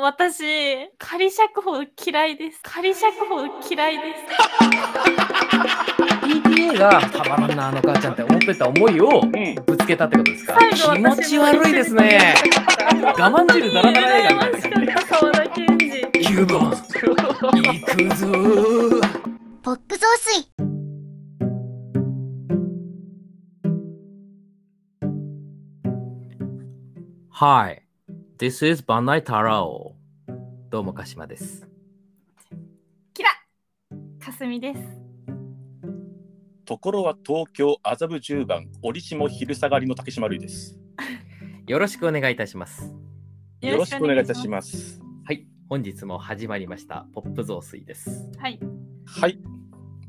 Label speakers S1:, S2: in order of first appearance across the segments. S1: 私、仮釈放嫌いです。仮釈放嫌いです。
S2: PTA がたまらんなあの母ちゃんって思ってた思いを
S3: うん。
S2: ぶつけたってことですか
S1: 最後
S2: 気持ち悪いですね。我慢汁だらだら映画みた
S1: 羨
S2: いな
S1: ましかった沢田研二。
S2: 9番行くぞー
S4: ポップ増水
S2: はい。This is バナイタラオ。どうも、鹿島です。
S1: キラかすみです。
S3: ところは東京麻布十番折しも昼下がりの竹島るいです。
S2: よろしくお願いいたします。
S3: よろしくお願いいたします。
S2: はい。本日も始まりました。ポップ増水です。
S1: す。はい。
S3: はい。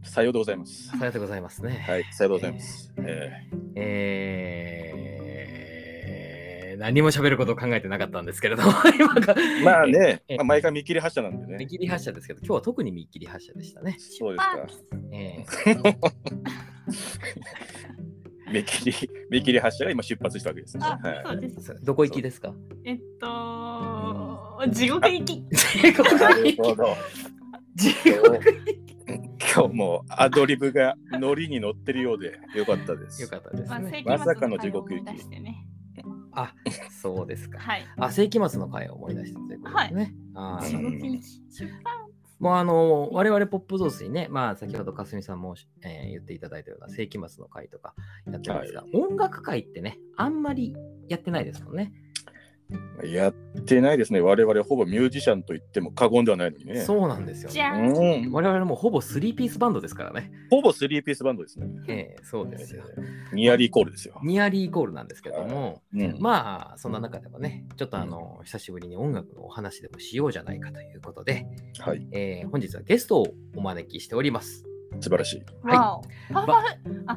S3: さようでございます。
S2: さようでございますね。
S3: はい。さようでございます。え
S2: えー、何も喋ることを考えてなかったんですけれども、 今が。
S3: ーまあね
S2: ええ、
S3: まあ毎回見切り発車なんで
S2: 見
S3: ね。
S2: 切り発車ですけど、今日は特に見切り発車でしたね。
S3: そうですか。
S2: えー
S3: 見切り、見切り発車が今出発したわけですね。
S1: あ、
S3: はい。
S1: そうです。
S2: そうどこ行きです か
S1: えっと、地獄行き。
S2: 地獄
S3: なる ほど。
S2: 地獄
S3: 今日もアドリブがノリに乗ってるようでよかったです。
S2: よかったです
S1: まあ、世紀
S2: ね。
S1: 末
S3: まさかの地獄行き
S1: 会を思い出してね。
S2: あ、そうですか。
S1: はい。
S2: あ、世紀末の回を思い出したということですね。あ
S1: 地
S2: ー
S1: 獄行き。
S2: もうあの、我々ポップ増水ね、まあ先ほどかすみさんも、えー言っていただいたような世紀末の回とかやってますが、音楽会ってね、あんまりやってないですもんね。
S3: やってないですね。我々ほぼミュージシャンと言っても過言ではないのにね。
S2: そうなんですよ、
S1: じゃ
S2: ね。
S1: あ、
S3: うん、
S2: 我々もうほぼスリーピースバンドですからね。
S3: ほぼスリーピースバンドですね。
S2: ええそうですよ。
S3: ニアリーイコールですよ。
S2: ニアリーイコールなんですけども、
S3: うん
S2: まあそんな中でもね、ちょっとあの、久しぶりに音楽のお話でもしようじゃないかということで、
S3: はい、
S2: えー本日はゲストをお招きしております。
S3: 素晴らしい。
S1: わお。パフパ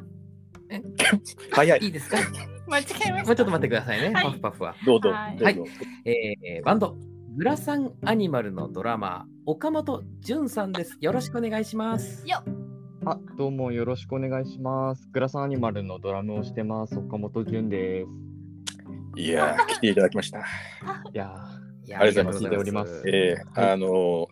S1: フ。
S3: 早
S2: いい
S3: い。
S2: ですかも
S1: 間違えま
S2: う
S1: し
S2: ちょ
S1: た。
S2: っと待ってくださいね、
S1: はい
S2: パフパフは。
S3: どうぞ、
S1: はい
S3: どうぞ。
S2: えーバンド、グラサンアニマルのドラマー、岡本潤さんです。よろしくお願いします。
S1: よ
S5: あ、どうもよろしくお願いします。グラサンアニマルのドラムをしてます。岡本潤です。
S3: い、やー、来ていただきました。
S5: いや
S2: いや
S3: ありがとうございます
S5: 聞いております
S3: えー、あのー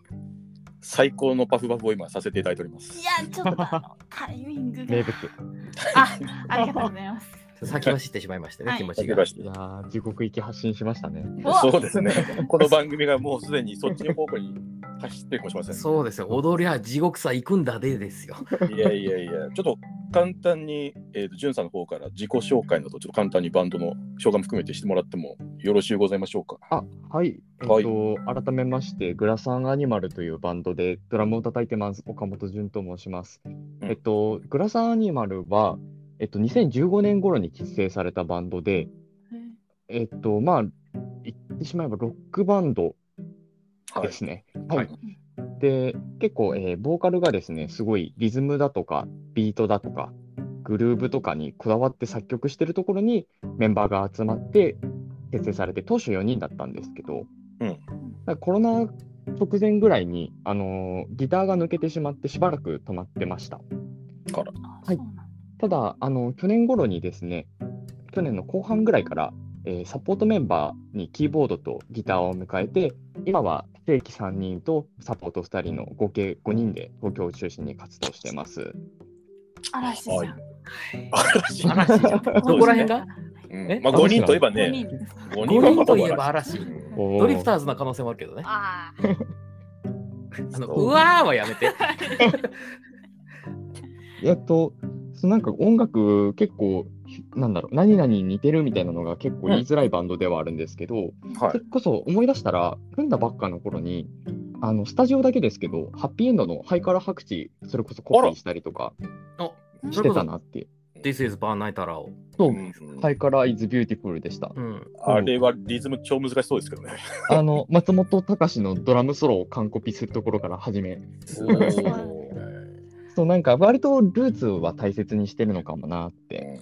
S3: 最高のパフパフを今させていただいております。
S1: いや、ちょっとあのタイミング
S5: ー、名
S1: が。
S5: 物。
S1: あ、ありがとうございます。
S2: 先走ってしまいましたね、
S1: はい
S2: 気持ち
S3: させていた
S2: が
S3: だ。き
S5: い
S3: まし
S5: やー、地獄行き発信しましたね。
S3: たそうですね。この番組がもうすでにそっちの方向に走ってるかもしれません。
S2: そうですよ、踊りは地獄さ行くんだでですよ。
S3: いやいやいや、ちょっと簡単に、えー、と、じゅんさんの方から自己紹介など、ちょっと簡単にバンドの紹介も含めてしてもらってもよろしゅうございましょうか。
S5: あ、はい。えっ
S3: はい
S5: と、改めまして、グラサンアニマルというバンドでドラムを叩いてます。岡本潤と申します。えっと、グラサンアニマルは、えっと、2015年頃に結成されたバンドで、えっと、まあ、言ってしまえばロックバンド
S3: はい
S5: で。すね。はい。
S3: はい
S5: で、結構、えーボーカルがですね、すごいリズムだとか、ビートだとか、グルーブとかにこだわって作曲してるところにメンバーが集まって結成されて、当初4人だったんですけど、
S3: うん
S5: なんかコロナ直前ぐらいに、あのーギターが抜けてしまって、しばらく止まってました。
S1: はい
S5: ただ、あの去年頃にですね、去年の後半ぐらいから、えーサポートメンバーにキーボードとギターを迎えて、今は正規3人とサポート2人の合計5人で東京を中心に活動してます。
S1: 嵐じゃん。
S3: はい
S2: 嵐じゃん。どこら辺が
S3: うん
S2: え
S3: まあ、5人といえば
S1: 五
S3: ね、
S1: 人ですか
S3: 5
S2: ?5 人といえば
S3: あら
S2: 嵐。
S5: おー
S2: ドリフターズな可能性もあるけどね。
S1: あ
S2: あの
S3: そう
S2: うわーはやめて。
S5: えっと、そのなんか音楽結構、なんだろう、何々に似てるみたいなのが結構言いづらいバンドではあるんですけど、
S3: は
S5: そ
S3: い
S5: れ。こそ思い出したら、組んだばっかの頃に、あのスタジオだけですけど、ハッピーエンドのハイカラ白地、それこそコピーしたりとか
S2: お
S1: あ。
S5: してたなって。
S2: This is Bar Night Allow。
S5: そううんハイカライズビューティフルでした。
S2: うん。
S3: あれはリズム超難しそうですけどね。
S5: あの、松本隆のドラムソロを完コピするところから始
S2: お
S5: め、
S2: ー
S5: そうなんか割とルーツは大切にしてるのかもなって。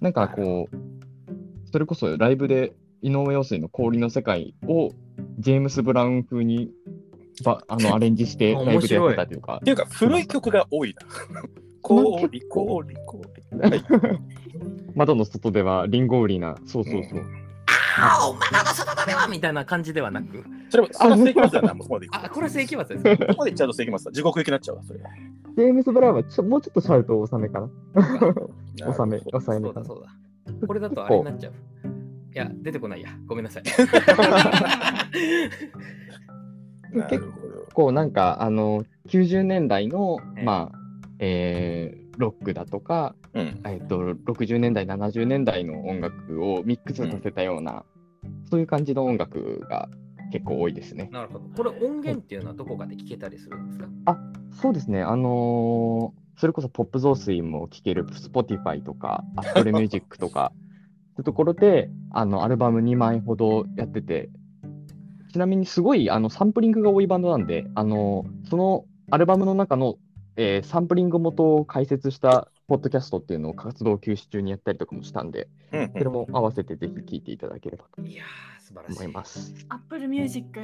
S5: なんかこう、それこそライブで井上陽水の氷の世界をジェームス・ブラウン風にばあのアレンジ してライブでやってたというか
S3: っ、ていうか、古い曲が多いな。 氷、氷、氷。
S5: 窓の外ではリンゴ売りな、そうそうそう。
S2: ーお前らの外だではみたいな感じではなく、
S3: それは、それは世紀末だな、もうそこまで行く。
S2: あ、これ世紀末ですね
S3: そこまで行っちゃうと世紀末だ。地獄行きになっちゃうわ、それ。
S5: ジェームス・ブラウンはちょもうちょっとシャウトを収めかな。収め、
S3: なるほど
S5: 抑え
S2: そ
S5: め
S2: うだ
S5: かな。
S2: そうだ。これだとあれになっちゃう。いや、出てこないや。ごめんなさい。
S3: なるほど。
S5: こうなんかあの90年代の、
S2: ええ
S5: まあえーロックだとか、
S3: うん。
S5: えっと60年代70年代の音楽をミックスさせたような、そういう感じの音楽が結構多いですね。
S2: なるほど。これ音源っていうのはどこかで聞けたりするんですか
S5: そうですね、あのーそれこそポップ増水も聴ける Spotify とか Apple Music とかそういうところであのアルバム2枚ほどやっててちなみにすごいあのサンプリングが多いバンドなんで、あのーそのアルバムの中の、えーサンプリング元を解説したポッドキャストっていうのを活動休止中にやったりとかもしたんで
S3: うん
S5: それも合わせてぜひ聴いていただければと
S2: いやー、素晴らしい。
S5: 思います。
S1: アップルミュージック。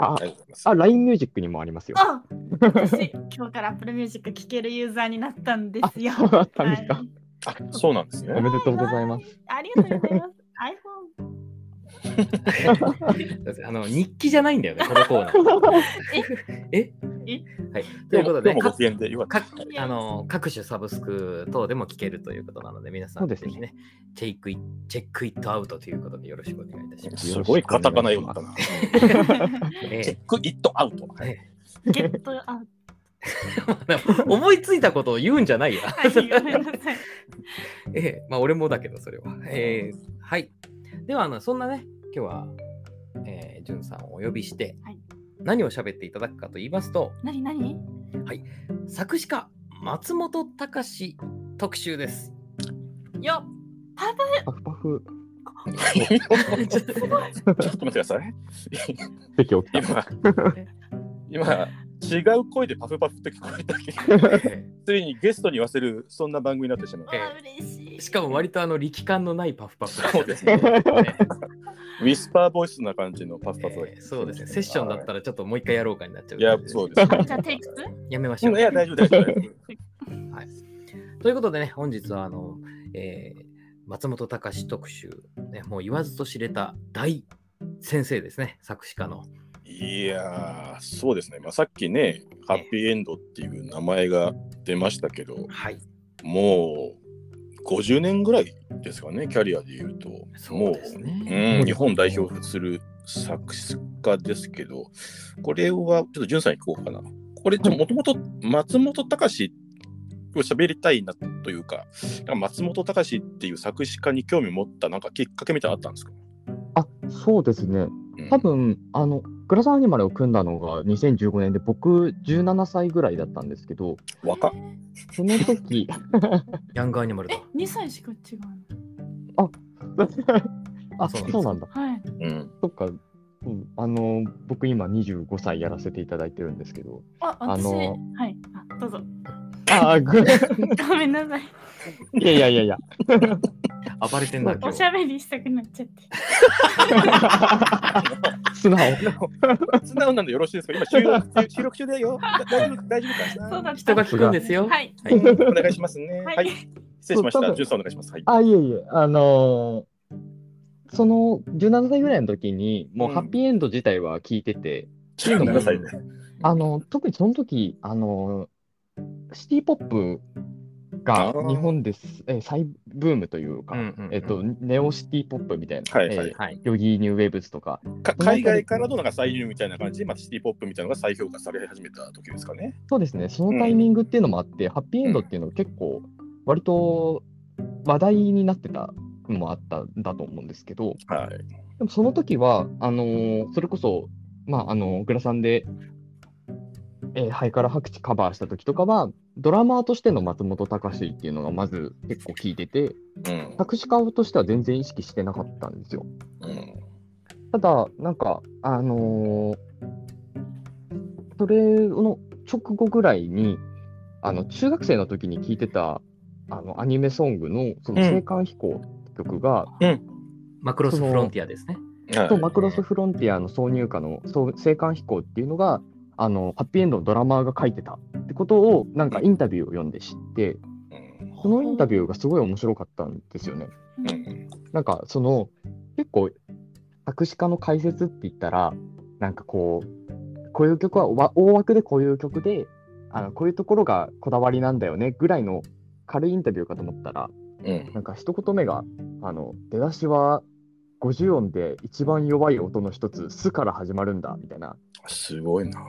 S5: あ
S3: ありがとうございます。
S5: あ、LINE ミュージックにもありますよ。
S1: あ私、今日からアップルミュージック聴けるユーザーになったんですよ。
S5: あそうだったんですか
S1: はい
S3: あ、そうなんです
S5: お
S3: ね。
S5: めでとうございます。
S1: ありがとうございます。iPhone。
S2: あの日記じゃないんだよね、このコーナー。え
S1: え
S2: はい。と
S3: で
S2: いうこと
S3: も、で
S2: で、
S3: も
S2: か
S3: ご機嫌でよかった。
S2: かあの各種サブスク等でも聞けるということなので、皆さ
S5: そ
S2: ん
S5: う
S2: ぜ
S5: ですね
S2: ひね、チェックイチェックイットアウトということでよろしくお願いいたします。
S3: すごいカタカナよかったな。
S2: え
S3: チェ
S2: え
S3: ックイットアウト。
S2: はい
S1: ゲットアウト。
S2: 思いついたことを言うんじゃないよ。
S1: はい、ごめんなさい。
S2: ええ、まあ俺もだけど、それは。ええ、はい。では、あのそんなね、今日は、えー、じゅんさんをお呼びして、
S1: はい
S2: 何を喋っていただくかと言いますと、
S1: なになに
S2: 作詞家、松本隆特集です。
S1: よっ
S5: パフパフ。
S3: ちょっと待ってください。
S5: 席起きた。
S3: 今、今、違う声でパフパフって聞こえたけど、 ついにゲストに言わせる、そんな番組になってしまう。
S2: え
S1: わあ、嬉し い。
S2: しかも割とあの力感のないパフパフ
S3: そうです
S2: ね。
S3: ウィスパーボイスな感じのパフパフが
S2: えーそうですね。セッションだったらちょっともう一回やろうかになっちゃう。
S3: いや、そうです ね。
S1: じゃあ、テイク2。
S2: やめましょう。
S3: いや、大丈夫、大丈夫。大丈夫
S2: ということでね、本日はあの、えー松本隆特集、ね、もう言わずと知れた大先生ですね、作詞家の。
S3: いやー、そうですね。まあ、さっきね、ハッピーエンドっていう名前が出ましたけど、
S2: はい。
S3: もう50年ぐらいですかね、キャリアでいうと。
S2: そうですね
S3: もううん、日本代表する作詞家ですけど、これはちょっと潤さんに聞こうかな。これ、もともと松本隆を喋りたいなというか、なんか松本隆っていう作詞家に興味持ったなんかきっかけみたいなのあったんですか、
S5: あそうですね、
S3: うん
S5: 多分あのグラサンアニマルを組んだのが2015年で、僕17歳ぐらいだったんですけど、
S3: 若っ
S5: その時
S2: ヤングアニマル
S1: え
S2: だ。、
S1: 2歳しか違うの。
S5: あ
S2: そうなんです
S5: そうなんだ、
S1: はい。
S3: うん。
S5: そっか、うんあの僕、今25歳やらせていただいてるんですけど、
S1: あ、
S5: あ
S1: 私、
S5: の
S1: はい。あ、どうぞ。
S5: ああ、ぐい
S1: ごめんなさい。
S5: やいやいやいや、
S2: 暴れてんな、今
S1: お
S2: 日
S1: し。ゃべりしたくなっちゃって。
S5: 素直、
S3: 素直なんでよろしいですか今収 録、収録中だよ。だ大丈夫、大丈夫
S1: そ
S3: か
S1: うだ
S3: な
S1: った。
S2: 人が聞くんですよ。
S1: はい。
S3: はい、お願いしますね。
S1: はい
S3: はい。失礼しまし
S5: そう多
S3: た。
S5: 分
S3: 潤さんお願いします。はい。
S5: あ、いえいえ、あのーその17歳ぐらいの時に、もううんハッピーエンド自体は聞いてて、
S3: 17歳で。
S5: あの特にその時あのシティ・ポップが
S3: あー
S5: 日本ですえー再ブームというか、
S2: うんうんうん
S5: えっと、ネオシティ・ポップみたいな、
S3: はいはい
S5: えー
S2: はい。
S5: ヨギー・ニューウェーブスとか、
S3: か海外からのなんか再入みたいな感じで、まあ、シティ・ポップみたいなのが再評価され始めた時ですかね。
S5: そうですね、そのタイミングっていうのもあって、ハッピーエンドっていうのが結構、割と話題になってたのもあったんだと思うんですけど、
S3: はい。
S5: でもその時は、あのーそれこそ、まあ、あのグラサンで、えーハイカラ白地カバーした時とかは、ドラマーとしての松本隆っていうのがまず結構聞いてて、
S3: うん。
S5: 作詞家としては全然意識してなかったんですよ。
S3: うん、
S5: ただ、なんか、あのーそれの直後ぐらいに、あの中学生の時に聴いてたあのアニメソングの「その
S3: うん
S5: 青函飛行」曲が、
S2: マクロスフロンティアですね。
S3: はい
S5: とマクロスフロンティアの挿入歌のそう青函飛行っていうのがあのハッピーエンドのドラマーが書いてたってことをなんかインタビューを読んで知って
S3: うん
S5: そのインタビューがすごい面白かったんですよね。
S3: うん
S5: なんかその結構作詞家の解説って言ったら、なんかこう、こういう曲はわ大枠でこういう曲で、あのこういうところがこだわりなんだよねぐらいの軽いインタビューかと思ったら、
S3: うん。
S5: なんか一言目が、あの出だしは50音で一番弱い音の一つ、すから始まるんだみたいな、
S3: すごいな。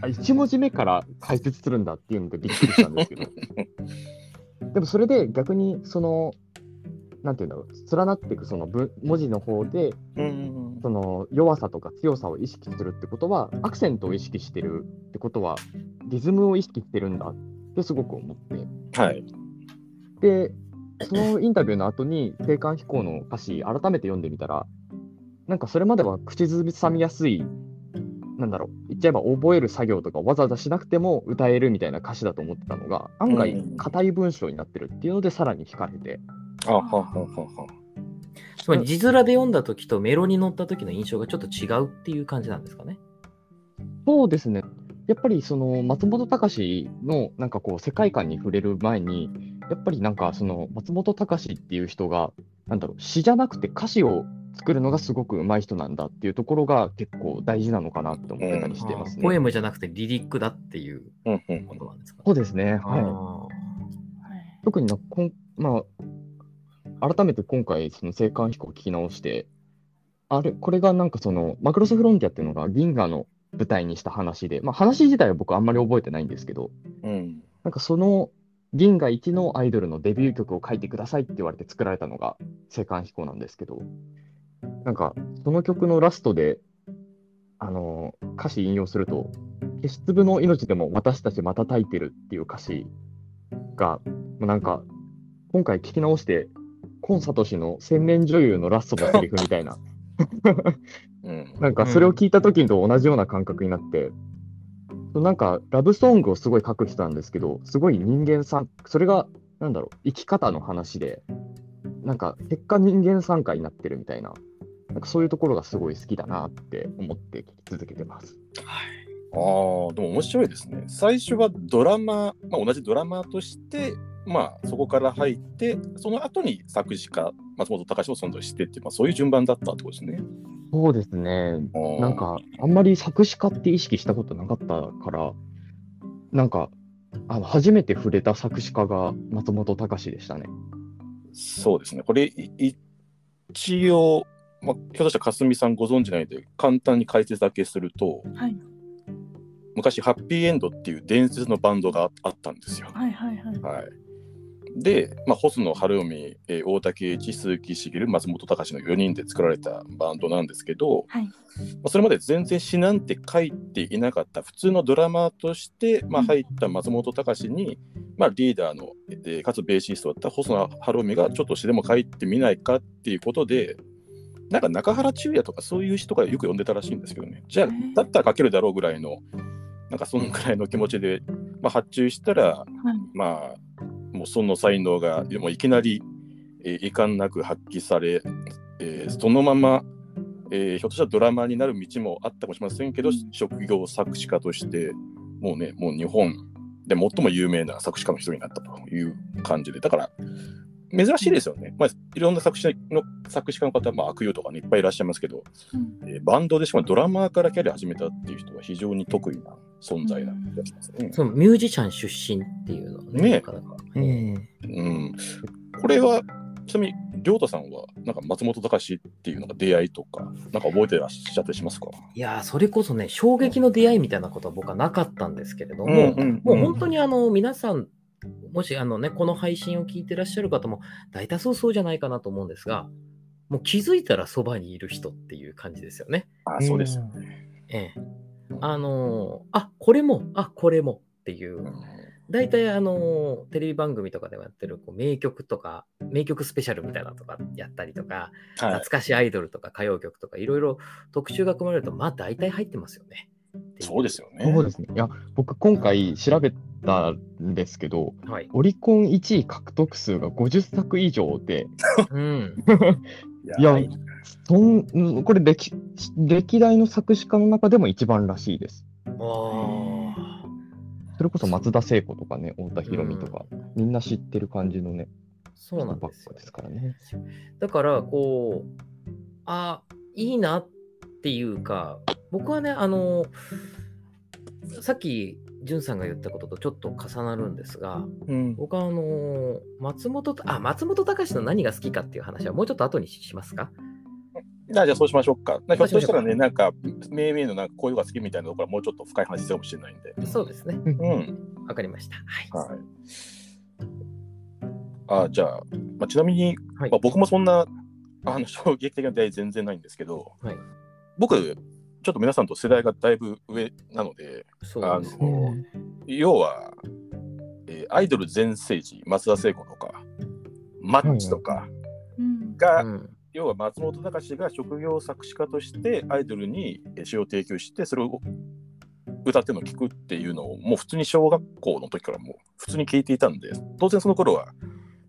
S5: あ1文字目から解説するんだっていうのでびっくりしたんですけどでもそれで逆にそのなんていうんだろう連なっていくその文文字の方で
S3: うん。
S5: その弱さとか強さを意識するってことはアクセントを意識してるってことはリズムを意識してるんだってすごく思って
S3: はい。
S5: で、そのインタビューの後に、青函飛行の歌詞、改めて読んでみたら、なんかそれまでは口ずさみやすい、なんだろう、言っちゃえば覚える作業とかわざわざしなくても歌えるみたいな歌詞だと思ってたのが、案
S3: う
S5: 外
S3: ん、
S5: 硬い文章になってるっていうので、さらに惹かれて、
S3: あはははは。
S2: つまり字面で読んだ時とメロに乗った時の印象がちょっと違うっていう感じなんですかね。
S5: そうですね、やっぱりその松本隆のなんかこう、世界観に触れる前に、やっぱりなんかその松本隆っていう人が、なんだろう、詩じゃなくて歌詞を作るのがすごく上手い人なんだっていうところが結構大事なのかなって思ってたりしてますね。
S2: ポエムじゃなくてリリックだっていう
S3: うんうん
S2: こ。となんですかね。
S5: そうですね。はい。
S2: は
S5: 特になこん、まあ、改めて今回、その青函飛行を聞き直して、あれ、これがなんかその、マクロスフロンティアっていうのが銀河の舞台にした話で、まあ話自体は僕あんまり覚えてないんですけど、
S3: うん。
S5: なんかその銀河一のアイドルのデビュー曲を書いてくださいって言われて作られたのが青函飛行なんですけど、なんかその曲のラストで、あの歌詞引用すると、消し粒の命でも私たちまたたいてるっていう歌詞が、もうなんか今回聞き直して、コンサトシの洗面女優のラストのセリフみたいな、
S3: うん。
S5: なんかそれを聞いた時と同じような感覚になって、なんかラブソングをすごい書く人なんですけど、すごい人間さん、それがなんだろう、生き方の話で、なんか結果人間参加になってるみたいな、なんかそういうところがすごい好きだなって思って聞き続けてます。
S3: ああ、でも面白いですね。最初はドラマ、まあ、同じドラマとして、まあ、そこから入って、その後に作詞家、松本隆も存在してって、まあ、そういう順番だったってことですね。
S5: そうですね、
S3: あー
S5: なん、かあんまり作詞家って意識したことなかったから、なんかあの初めて触れた作詞家が松本隆でしたね。
S3: そうですね。これ、い一応、まあ、ひょっとしたらかすみさんご存知ないので、簡単に解説だけすると、
S1: はい
S3: 昔、ハッピーエンドっていう伝説のバンドがああったんですよ。
S1: はいはいはい。
S3: はい、で、まあ、細野晴臣、えー大竹栄一鈴木茂松本隆の4人で作られたバンドなんですけど、
S1: はい
S3: まあ、それまで全然詩なんて書いていなかった普通のドラマーとして、まあ、
S1: うん
S3: 入った松本隆に、まあ、リーダーの、えーかつベーシストだった細野晴臣がちょっと詩でも書いてみないかっていうことで。なんか中原中也とかそういう人がよく呼んでたらしいんですけどね、じゃあ
S1: へー、
S3: だったら書けるだろうぐらいの、なんかそのぐらいの気持ちで、まあ、発注したら、
S1: はい
S3: まあ、もうその才能がもういきなり、えー遺憾なく発揮され、えーそのまま、えーひょっとしたらドラマーになる道もあったかもしれませんけど、職業作詞家としてもうねもう日本で最も有名な作詞家の一人になったという感じでだから珍しいですよね、まあ、いろんな作詞の作詞家の方、まあ、悪友とかねいっぱいいらっしゃいますけど、
S1: うん
S3: えーバンドでしかもドラマーからキャリア始めたっていう人は非常に得意な存在な気がしますね。
S2: い、そのミュージシャン出身っていうのは
S3: ね
S2: なかなかええ
S3: うん、これはちなみに亮太さんはなんか松本隆っていうのが出会いとかなんか覚えてらっしゃったりしますか
S2: いやーそれこそね衝撃の出会いみたいなことは僕はなかったんですけれども、
S3: ん
S2: もう本当にあの皆さん、もしあの、ね、この配信を聞いてらっしゃる方も大多数そうじゃないかなと思うんですが、もう気づいたらそばにいる人っていう感じですよね。
S3: あそうですよね、
S2: ええ、あのーあこれも、あこれもっていう、大体あのーテレビ番組とかでもやってるこう名曲とか、名曲スペシャルみたいなのとかやったりとか、
S3: はい
S2: 懐かしアイドルとか歌謡曲とか、いろいろ特集が組まれると、まあ大体入ってますよね。
S3: そうですよね
S5: そうですね。いや、僕、今回調べたんですけど、
S2: はい。
S5: オリコン1位獲得数が50作以上で、
S2: うん。
S5: いや、そんうんこれ歴、歴代の作詞家の中でも一番らしいです。
S2: ああ。
S5: それこそ松田聖子とかね、太田博美とか、みんな知ってる感じのね、
S2: そうなん
S5: ばっ
S2: です
S5: か
S2: よ、
S5: ですからね。
S2: だからこうあいいなっていうか、僕はね、あの、さっき、じゅんさんが言ったこととちょっと重なるんですが、
S3: うん
S2: 僕はあの、松本た、あ、松本隆の何が好きかっていう話はもうちょっと後にしますか
S3: じゃあ、じゃあそうしましょうか。なんかひょっとしたらね、
S2: そうし
S3: なんか、めいめいのなんかこういうのが好きみたいなところはもうちょっと深い話するかもしれないんで。
S2: そうですね。
S3: うん。
S2: わかりました。はい。
S3: はい。あじゃあ、まあ、ちなみに、
S2: はい
S3: まあ、僕もそんなあの 衝撃的な出会い全然ないんですけど、
S2: はい
S3: 僕、ちょっと皆さんと世代がだいぶ上なので、
S2: そうですね。
S3: 要は、えーアイドル全盛時、松田聖子とか、マッチとか
S1: うん
S3: が、
S2: うん
S3: 要は松本隆が職業作詞家としてアイドルに詩を提供してそれを歌ってるのを聞くっていうのをもう普通に小学校の時からもう普通に聞いていたんで当然その頃は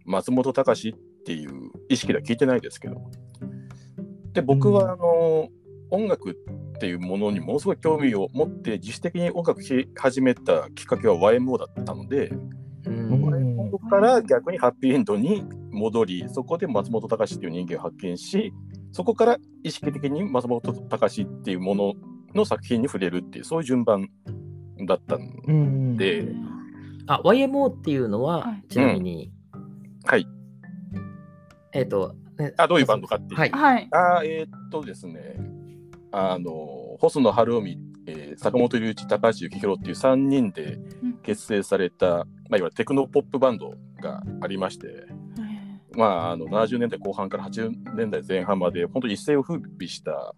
S3: 松本隆っていう意識では聞いてないですけどで僕はあの、音楽っていうものにものすごい興味を持って自主的に音楽し始めたきっかけは YMO だったので、
S2: うん
S5: うん
S3: そこから逆にハッピーエンドに戻り、そこで松本隆っていう人間を発見し、そこから意識的に松本隆っていうものの作品に触れるっていう、そういう順番だったん
S5: うん
S3: で、
S2: あ、YMO っていうの
S1: は
S2: は、
S1: い
S2: ちなみに、
S3: はい。
S2: えっと、ね
S3: あどういうバンドかっていう
S2: はい。
S1: はい。
S3: あーえーっとですね、あの、細野晴臣、えー坂本龍一、高橋幸宏っていう3人で結成された、まあ、いわゆるテクノポップバンドがありまして、まあ、あの70年代後半から80年代前半まで本当に一世を風靡した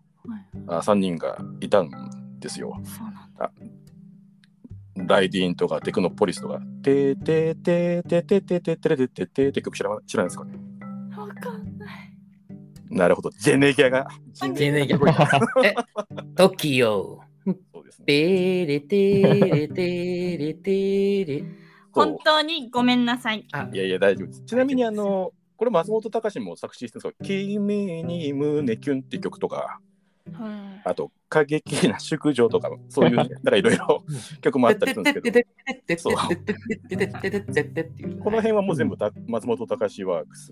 S3: あ3人がいたんですよ。
S1: そうなんだ。
S3: ライディーンとかテクノポリスとか。てーてーてーてーてーてーてーてーてーてーてーって曲知らない知らないですかね
S1: わかんない。
S3: なるほど。ジェネギアが。
S2: ジェネギャえ、トキオ。
S3: そうですね。
S2: ベレテレテレテレ。
S1: 本当にごめんなさい。
S2: あ
S3: い、やいや、大丈夫です。ちなみに、あ
S2: 大丈夫
S3: の、これ松本隆も作詞してるんですけど、君に胸キュンって曲とか、
S1: はい
S3: あと、過激な宿女とか、そういうね、なんかいろいろ曲もあったりするんですけど、この辺はもう全部た松本隆ワークス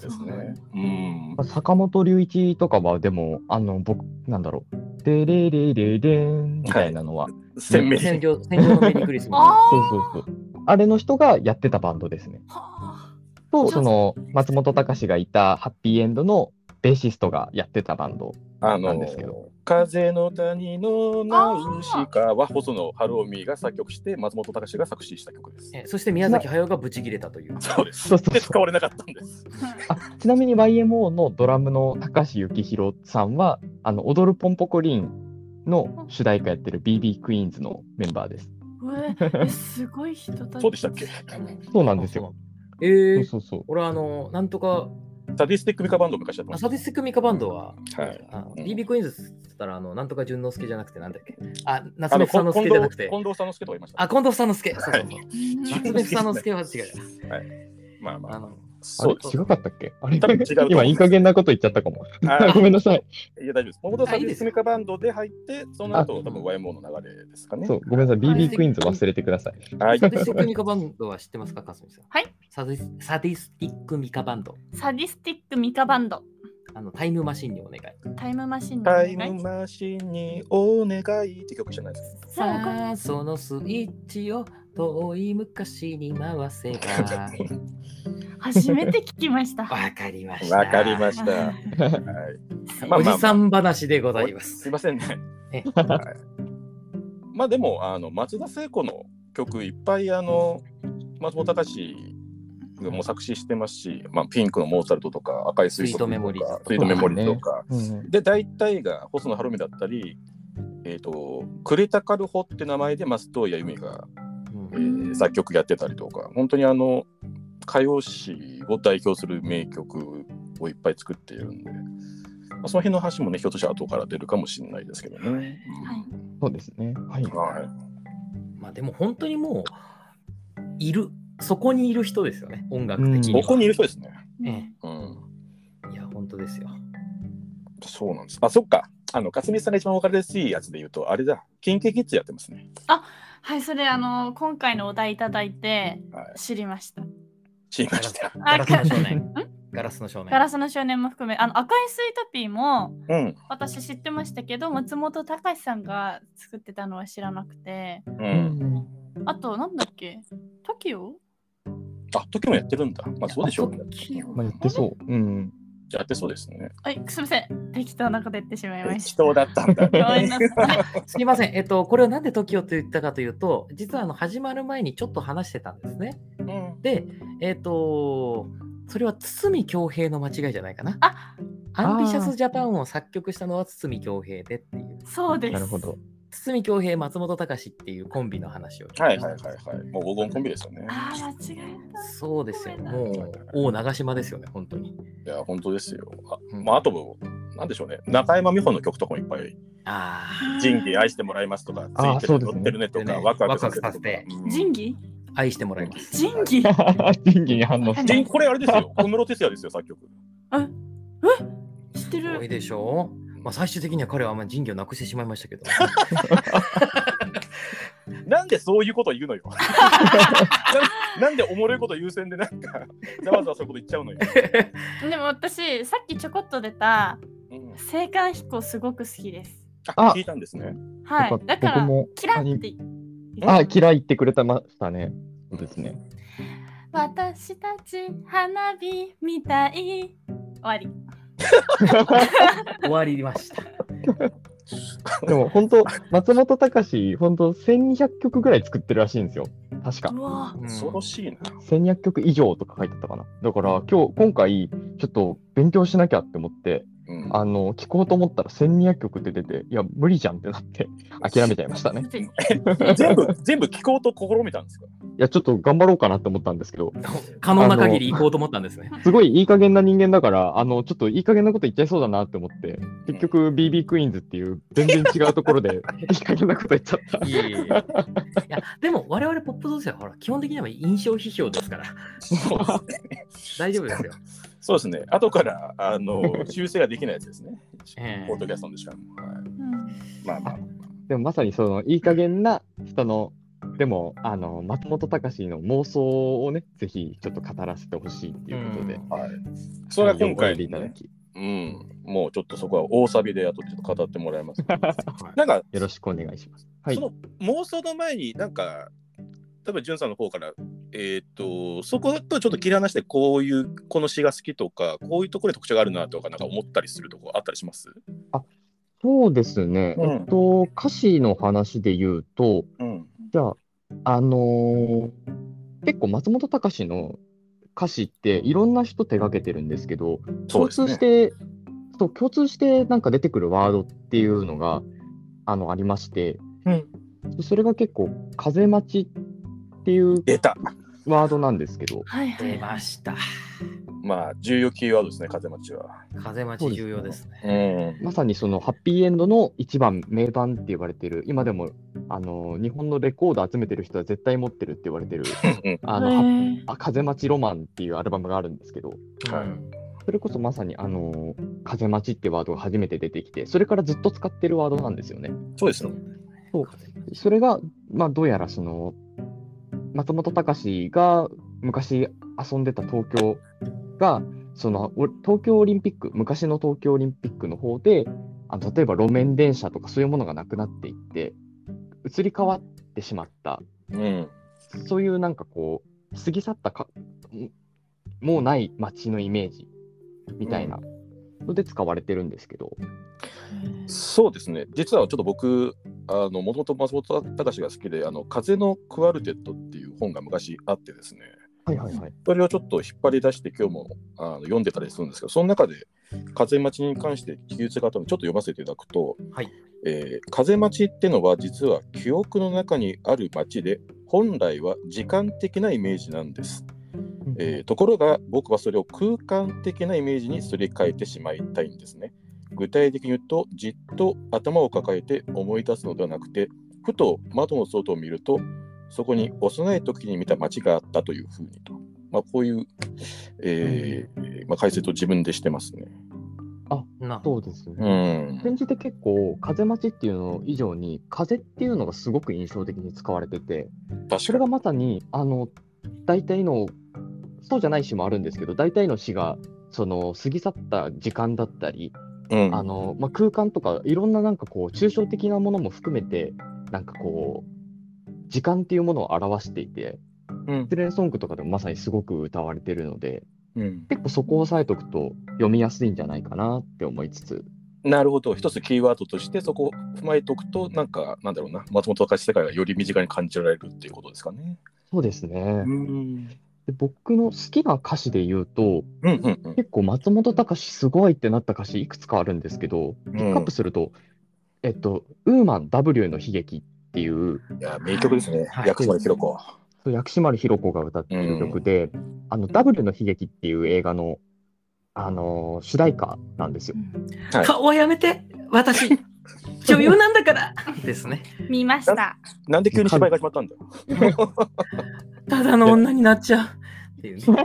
S3: ですね。うん。
S5: 坂本龍一とかは、でも、あの、僕、なんだろう。でれれれれんみたいなのは。
S3: 鮮明
S2: 戦
S3: に。
S2: 場戦場のメリークリスマ
S1: あ
S5: そうそうそう。あれの人がやってたバンドですね。
S1: あ。は
S5: と、その、松本隆がいたハッピーエンドのベーシストがやってたバンド。
S3: あ
S5: な
S3: の
S5: んですけど
S3: 風の谷のナウシカは細野晴臣が作曲して松本隆が作詞した曲です。
S2: ス。そして宮崎駿がブチ切れたという。
S3: そうです。
S5: そうそう
S3: で
S5: そ
S3: 使
S5: う
S3: われなかったんです。
S5: あちなみに YMO のドラムの高橋幸宏さんは、あの、踊るポンポコリンの主題歌やってる BB クイーンズのメンバーです。
S1: ええすごい人たち。
S3: そうでしたっけ
S5: そうなんですよ。。
S2: えー、
S5: そうそうそう。
S2: 俺あの、なんとか、
S3: サディスティックミカバンド昔やってま
S2: あ
S3: した
S2: サ。ディスティックミカバンドは、
S3: はい。
S2: あの
S3: うん
S2: BB クイーンズっつったら、あの、なんとか淳之介じゃなくて、なんだっけあ、夏
S3: あ
S2: 目
S3: の、
S2: 房之助
S3: 近近
S2: じゃなく
S3: 藤
S2: て。
S3: 近藤さんの助とかいました。
S2: あ、近藤房之助。そうそうそう。
S1: うん
S3: はい
S2: 夏目房之助は違う。
S3: まあま
S2: あ
S3: あ。
S2: の、
S5: あれ
S3: そうです。
S5: 違かったっけあれ
S3: 多分違うと思います
S5: 今、いい加減なこと言っちゃったか も。
S3: あ
S5: ごめんなさい。
S3: いや、大丈夫です。桃田
S2: あ
S3: サ
S2: い
S3: デ
S2: いで
S3: ィ
S2: す
S3: スティックミカバンドで入って、その後、多分 YMO の流れですかね
S5: そ。う、ごめんなさい。
S1: はい
S5: BB クイーンズ忘れてください。
S3: はい
S2: サ。ディスティックミカバンドは知ってますか、かすみさん。
S1: はい。
S2: サディスサディスティックミカバンド。
S1: サディスティックミカバンド。
S2: あの、タイムマシンにお願い。
S1: タイムマシンのお
S3: タ
S1: 願
S3: イ
S1: い
S3: ムマシンにお願いって曲じゃないですか。
S1: そうか
S2: さあ、そのスイッチを遠い昔に回せば。
S1: 初めて聞きました。
S2: わかりました。
S3: わかりま
S2: し
S3: した。はい。
S2: た
S3: まあ
S2: お
S3: まあ
S2: じさん話でございま
S3: おす
S2: す
S3: い。ませんね
S2: え。
S3: はいまあでもあの松田聖子の曲いっぱいあの松本隆がもう作詞してますし、まあ、ピンクのモーツァルトとか赤い水素とか
S2: スイートメモリーズとか
S3: スイートメモリーズとか、
S5: うん
S3: で大体が細野晴臣だったり、えー、とクレタカルホって名前で松任谷由実が、え
S2: うん
S3: ー作曲やってたりとか本当にあの歌謡史を代表する名曲をいっぱい作っているんで、まあ、その辺の話もねひょっとしたら後から出るかもしれないですけどね。うん
S1: はい
S5: そうですね。はい。
S3: はい、
S2: まあでも本当にもう、いる、そこにいる人ですよね、音楽的に
S5: う
S2: は。
S5: ん
S3: ここにいる人ですね。
S1: うん
S2: え
S3: うん、
S2: えいや、本当ですよ。
S3: そうなんです。あ、そっか。あの、かすみさんが一番分かりやすいやつで言うと、あれだ、キンキキッズやってますね。
S1: はい、それあの今回のお題いただいて
S3: はい。
S1: 知りました。
S3: 知りました。
S1: あ、
S2: ガラス
S1: か
S2: の少年。ガラスの少年。
S1: ガラスの少年も含め、あの赤いスイートピーも
S3: うん。
S1: 私知ってましたけど、松本隆さんが作ってたのは知らなくて、
S3: う。
S2: うんん
S1: あとなんだっけ ?TOKIO?
S3: あ、時もやってるんだ。まあ、そうでしょうね。
S5: まあ、やってそう。うん。
S3: やってそうですね。
S1: はい、すみません。適当なこと言ってしまいまし
S3: 適当だったん
S1: た。
S3: だ。
S1: ごめんなさい。
S2: すみません、えっと、これをなんで TOKIO と言ったかというと、実はあの始まる前にちょっと話してたんですね。
S3: うん。
S2: で、えっと、それは堤恭平の間違いじゃないかな。
S1: あ
S2: アンビシャスジャパンを作曲したのは堤恭平でっていう。
S1: そうです。
S5: なるほど。。
S2: 堤恭平、松本隆っていうコンビの話を聞きま
S3: はい
S2: した
S3: はいはいはい。もう黄金コンビですよね。
S1: ああ、間違えた。
S2: そうですよ。
S1: ごめんな
S2: もう、王長島ですよね、本当に。
S3: いや、本当ですよ。あ
S2: うん
S3: まあ、あとも、なんでしょうね。中山美穂の曲とかもいっぱい、
S2: あ
S3: 仁義愛してもらいますとか、つ
S5: あ
S3: い
S5: ー
S3: て
S5: そう
S3: る
S5: です
S3: 乗
S5: ね
S3: ってるねと
S2: で
S3: か、
S2: ね
S3: ワクワクさせる
S2: ワクワクさ
S3: と
S2: せて。
S3: かうん
S1: 仁義
S2: あ、愛してもらいます。
S1: 仁義
S5: 人気に反応し
S3: 仁これあれです よ。小室哲也ですよ、作曲。
S1: あえ知って
S2: すご
S1: る。
S2: いでしょう、まあ、最終的には彼はあんまり人魚をなくしてしまいましたけど。
S3: なんでそういうこと言 うのよ。ななんでおもろいこと優先で、なんか、ざわざわそういうこと言っちゃうのよ。
S1: でも私、さっきちょこっと出た、
S3: うん
S1: 青函飛行すごく好きです。
S3: あ
S5: あ
S3: 聞いたんですね。
S1: は
S5: よ
S1: い
S5: か。った
S1: だから
S5: 僕も、
S1: キラって
S5: た。あ、嫌いってくれてましたね。そうですね。
S1: 私たち花火みたい。終わり。
S2: 終わりました。
S5: でも本当、松本隆、本当1200曲ぐらい作ってるらしいんですよ。確か。
S1: うわ
S2: うん
S3: 恐ろしいな。
S5: 1200曲以上とか書いてあったかな。だから今日、今回、ちょっと勉強しなきゃって思って、
S3: うん
S5: あの、聞こうと思ったら1200曲って出て、いや、無理じゃんってなって、諦めちゃいましたね。
S1: ー。
S3: 全部、全部聞こうと試みたんですか
S5: いや、ちょっと頑張ろうかなって思ったんですけど、
S2: 可能な限り行こうと思ったんですね。
S5: すごいいい加減な人間だから、あの、ちょっといい加減なこと言っちゃいそうだなって思って、結局 BB クイーンズっていう全然違うとこ ろで、いい加減なこと言っちゃった。
S2: いえいえいえいやでも我々ポップ同士はほら基本的には印象批評ですから
S3: そうですね。
S2: 大丈夫ですよ。
S3: そうですね。後から、あの、修正ができないやつですね
S2: ええ。
S3: ポートキャストでしかも。はいまあまあ。
S5: でもまさにそのいい加減な人の、でも、あの、松本隆の妄想をね、ぜひちょっと語らせてほしいっていうことで、
S3: はい、それは今
S5: お呼び
S3: 回
S5: いた
S3: の
S5: だ
S3: ね、
S5: き、
S3: うん、もうちょっとそこは大サビであとちょっと語ってもらい ます。なんか、
S5: よろしくお願いします。はい
S3: そ。の妄想の前になんか、例えばんさんの方から、えーっと、そことちょっと切り離して、こういう、この詩が好きとか、こういうところに特徴があるなとか、なんか思ったりするとこあったりします
S5: そうですね。
S3: うん
S5: えっと、歌詞の話で言うと、
S3: うん。
S5: じゃあ、あのー結構松本隆の歌詞っていろんな人手がけてるんですけど、
S3: そう
S5: 共
S3: です
S5: 通
S3: ね
S5: し。て、そう、共通してなんか出てくるワードっていうのが、あの、ありまして、
S2: うん
S5: それが結構、風待ちっていう
S3: 出た。
S5: ワードなんですけど、
S1: はいは
S2: 出
S1: い。
S2: ました。
S3: まあ、重要キーワードですね、風待ちは。
S2: 風待ち重要です
S3: う
S2: ね。
S3: ん。
S5: まさにそのハッピーエンドの一番名盤って言われてる、今でも、あの、日本のレコード集めてる人は絶対持ってるって言われてる、あの、ハッ
S1: へー
S5: あ風待ちロマンっていうアルバムがあるんですけど、
S3: はい
S2: うん
S5: それこそまさに、あのー風待ちってワードが初めて出てきて、それからずっと使ってるワードなんですよね。
S3: そうですね。
S5: そうそれが、まあ、どうやらその、松本隆が昔遊んでた東京が、そのお東京オリンピック、昔の東京オリンピックの方で、あの例えば路面電車とかそういうものがなくなっていって、移り変わってしまった
S3: うん。
S5: そういうなんかこう、過ぎ去ったか、んもうない街のイメージみたいなので使われてるんですけど、
S3: そうですね、実はちょっと僕、あのもともと松本隆が好きで、あの風のクワルテットっていう本が昔あってですね、
S5: はいはいはい。
S3: それをちょっと引っ張り出して、今日もあの読んでたりするんですけど、その中で風待ちに関して記述があったので、ちょっと読ませていただくと、
S2: はい
S3: えー風待ちってのは、実は記憶の中にある街で、本来は時間的なイメージなんです。えーところが僕はそれを空間的なイメージにすり替えてしまいたいんですね。具体的に言うとじっと頭を抱えて思い出すのではなくてふと窓の外を見るとそこに幼い時に見た街があったというふうにと、まあ、こういう、えーまあ、解説を自分でしてますね。
S2: な
S5: そうです
S3: う
S5: ね。
S3: ん
S5: 展示で結構、風待ちっていうの以上に、風っていうのがすごく印象的に使われてて、
S3: 確か
S5: それ
S3: に
S5: がまさに、あの、大体の、そうじゃない詩もあるんですけど、大体の詩がその過ぎ去った時間だったり、
S3: うん。
S5: あのまあ、空間とかいろんななんかこう抽象的なものも含めてなんかこう時間っていうものを表していて
S3: うん
S5: 失恋ソングとかでもまさにすごく歌われてるので
S3: うん
S5: 結構そこを押さえとくと読みやすいんじゃないかなって思いつつ
S3: なるほど。一つキーワードとして、そこを踏まえておくと、なんか、なんだろうな、松本隆世界がより身近に感じられるっていうことですかね。
S5: そうですね、
S3: ん。
S5: で僕の好きな歌詞で言うと
S3: うんうん
S5: 結構松本隆すごいってなった歌詞いくつかあるんですけど
S3: うん。
S5: ピックアップすると、えっと、ウーマン W の悲劇っていう
S3: いや、名曲ですね
S2: は。い
S3: 薬師丸ひろ子。
S5: そう薬師丸ひろ子が歌っている曲で、あの、ダブルの悲劇っていう映画の、あのー主題歌なんですよ。
S3: はい
S2: 顔はやめて私女優なんだからですね
S1: 見ました。
S3: なんで急に芝居が始まったんだよ。
S2: ただの女になっちゃうっていう ね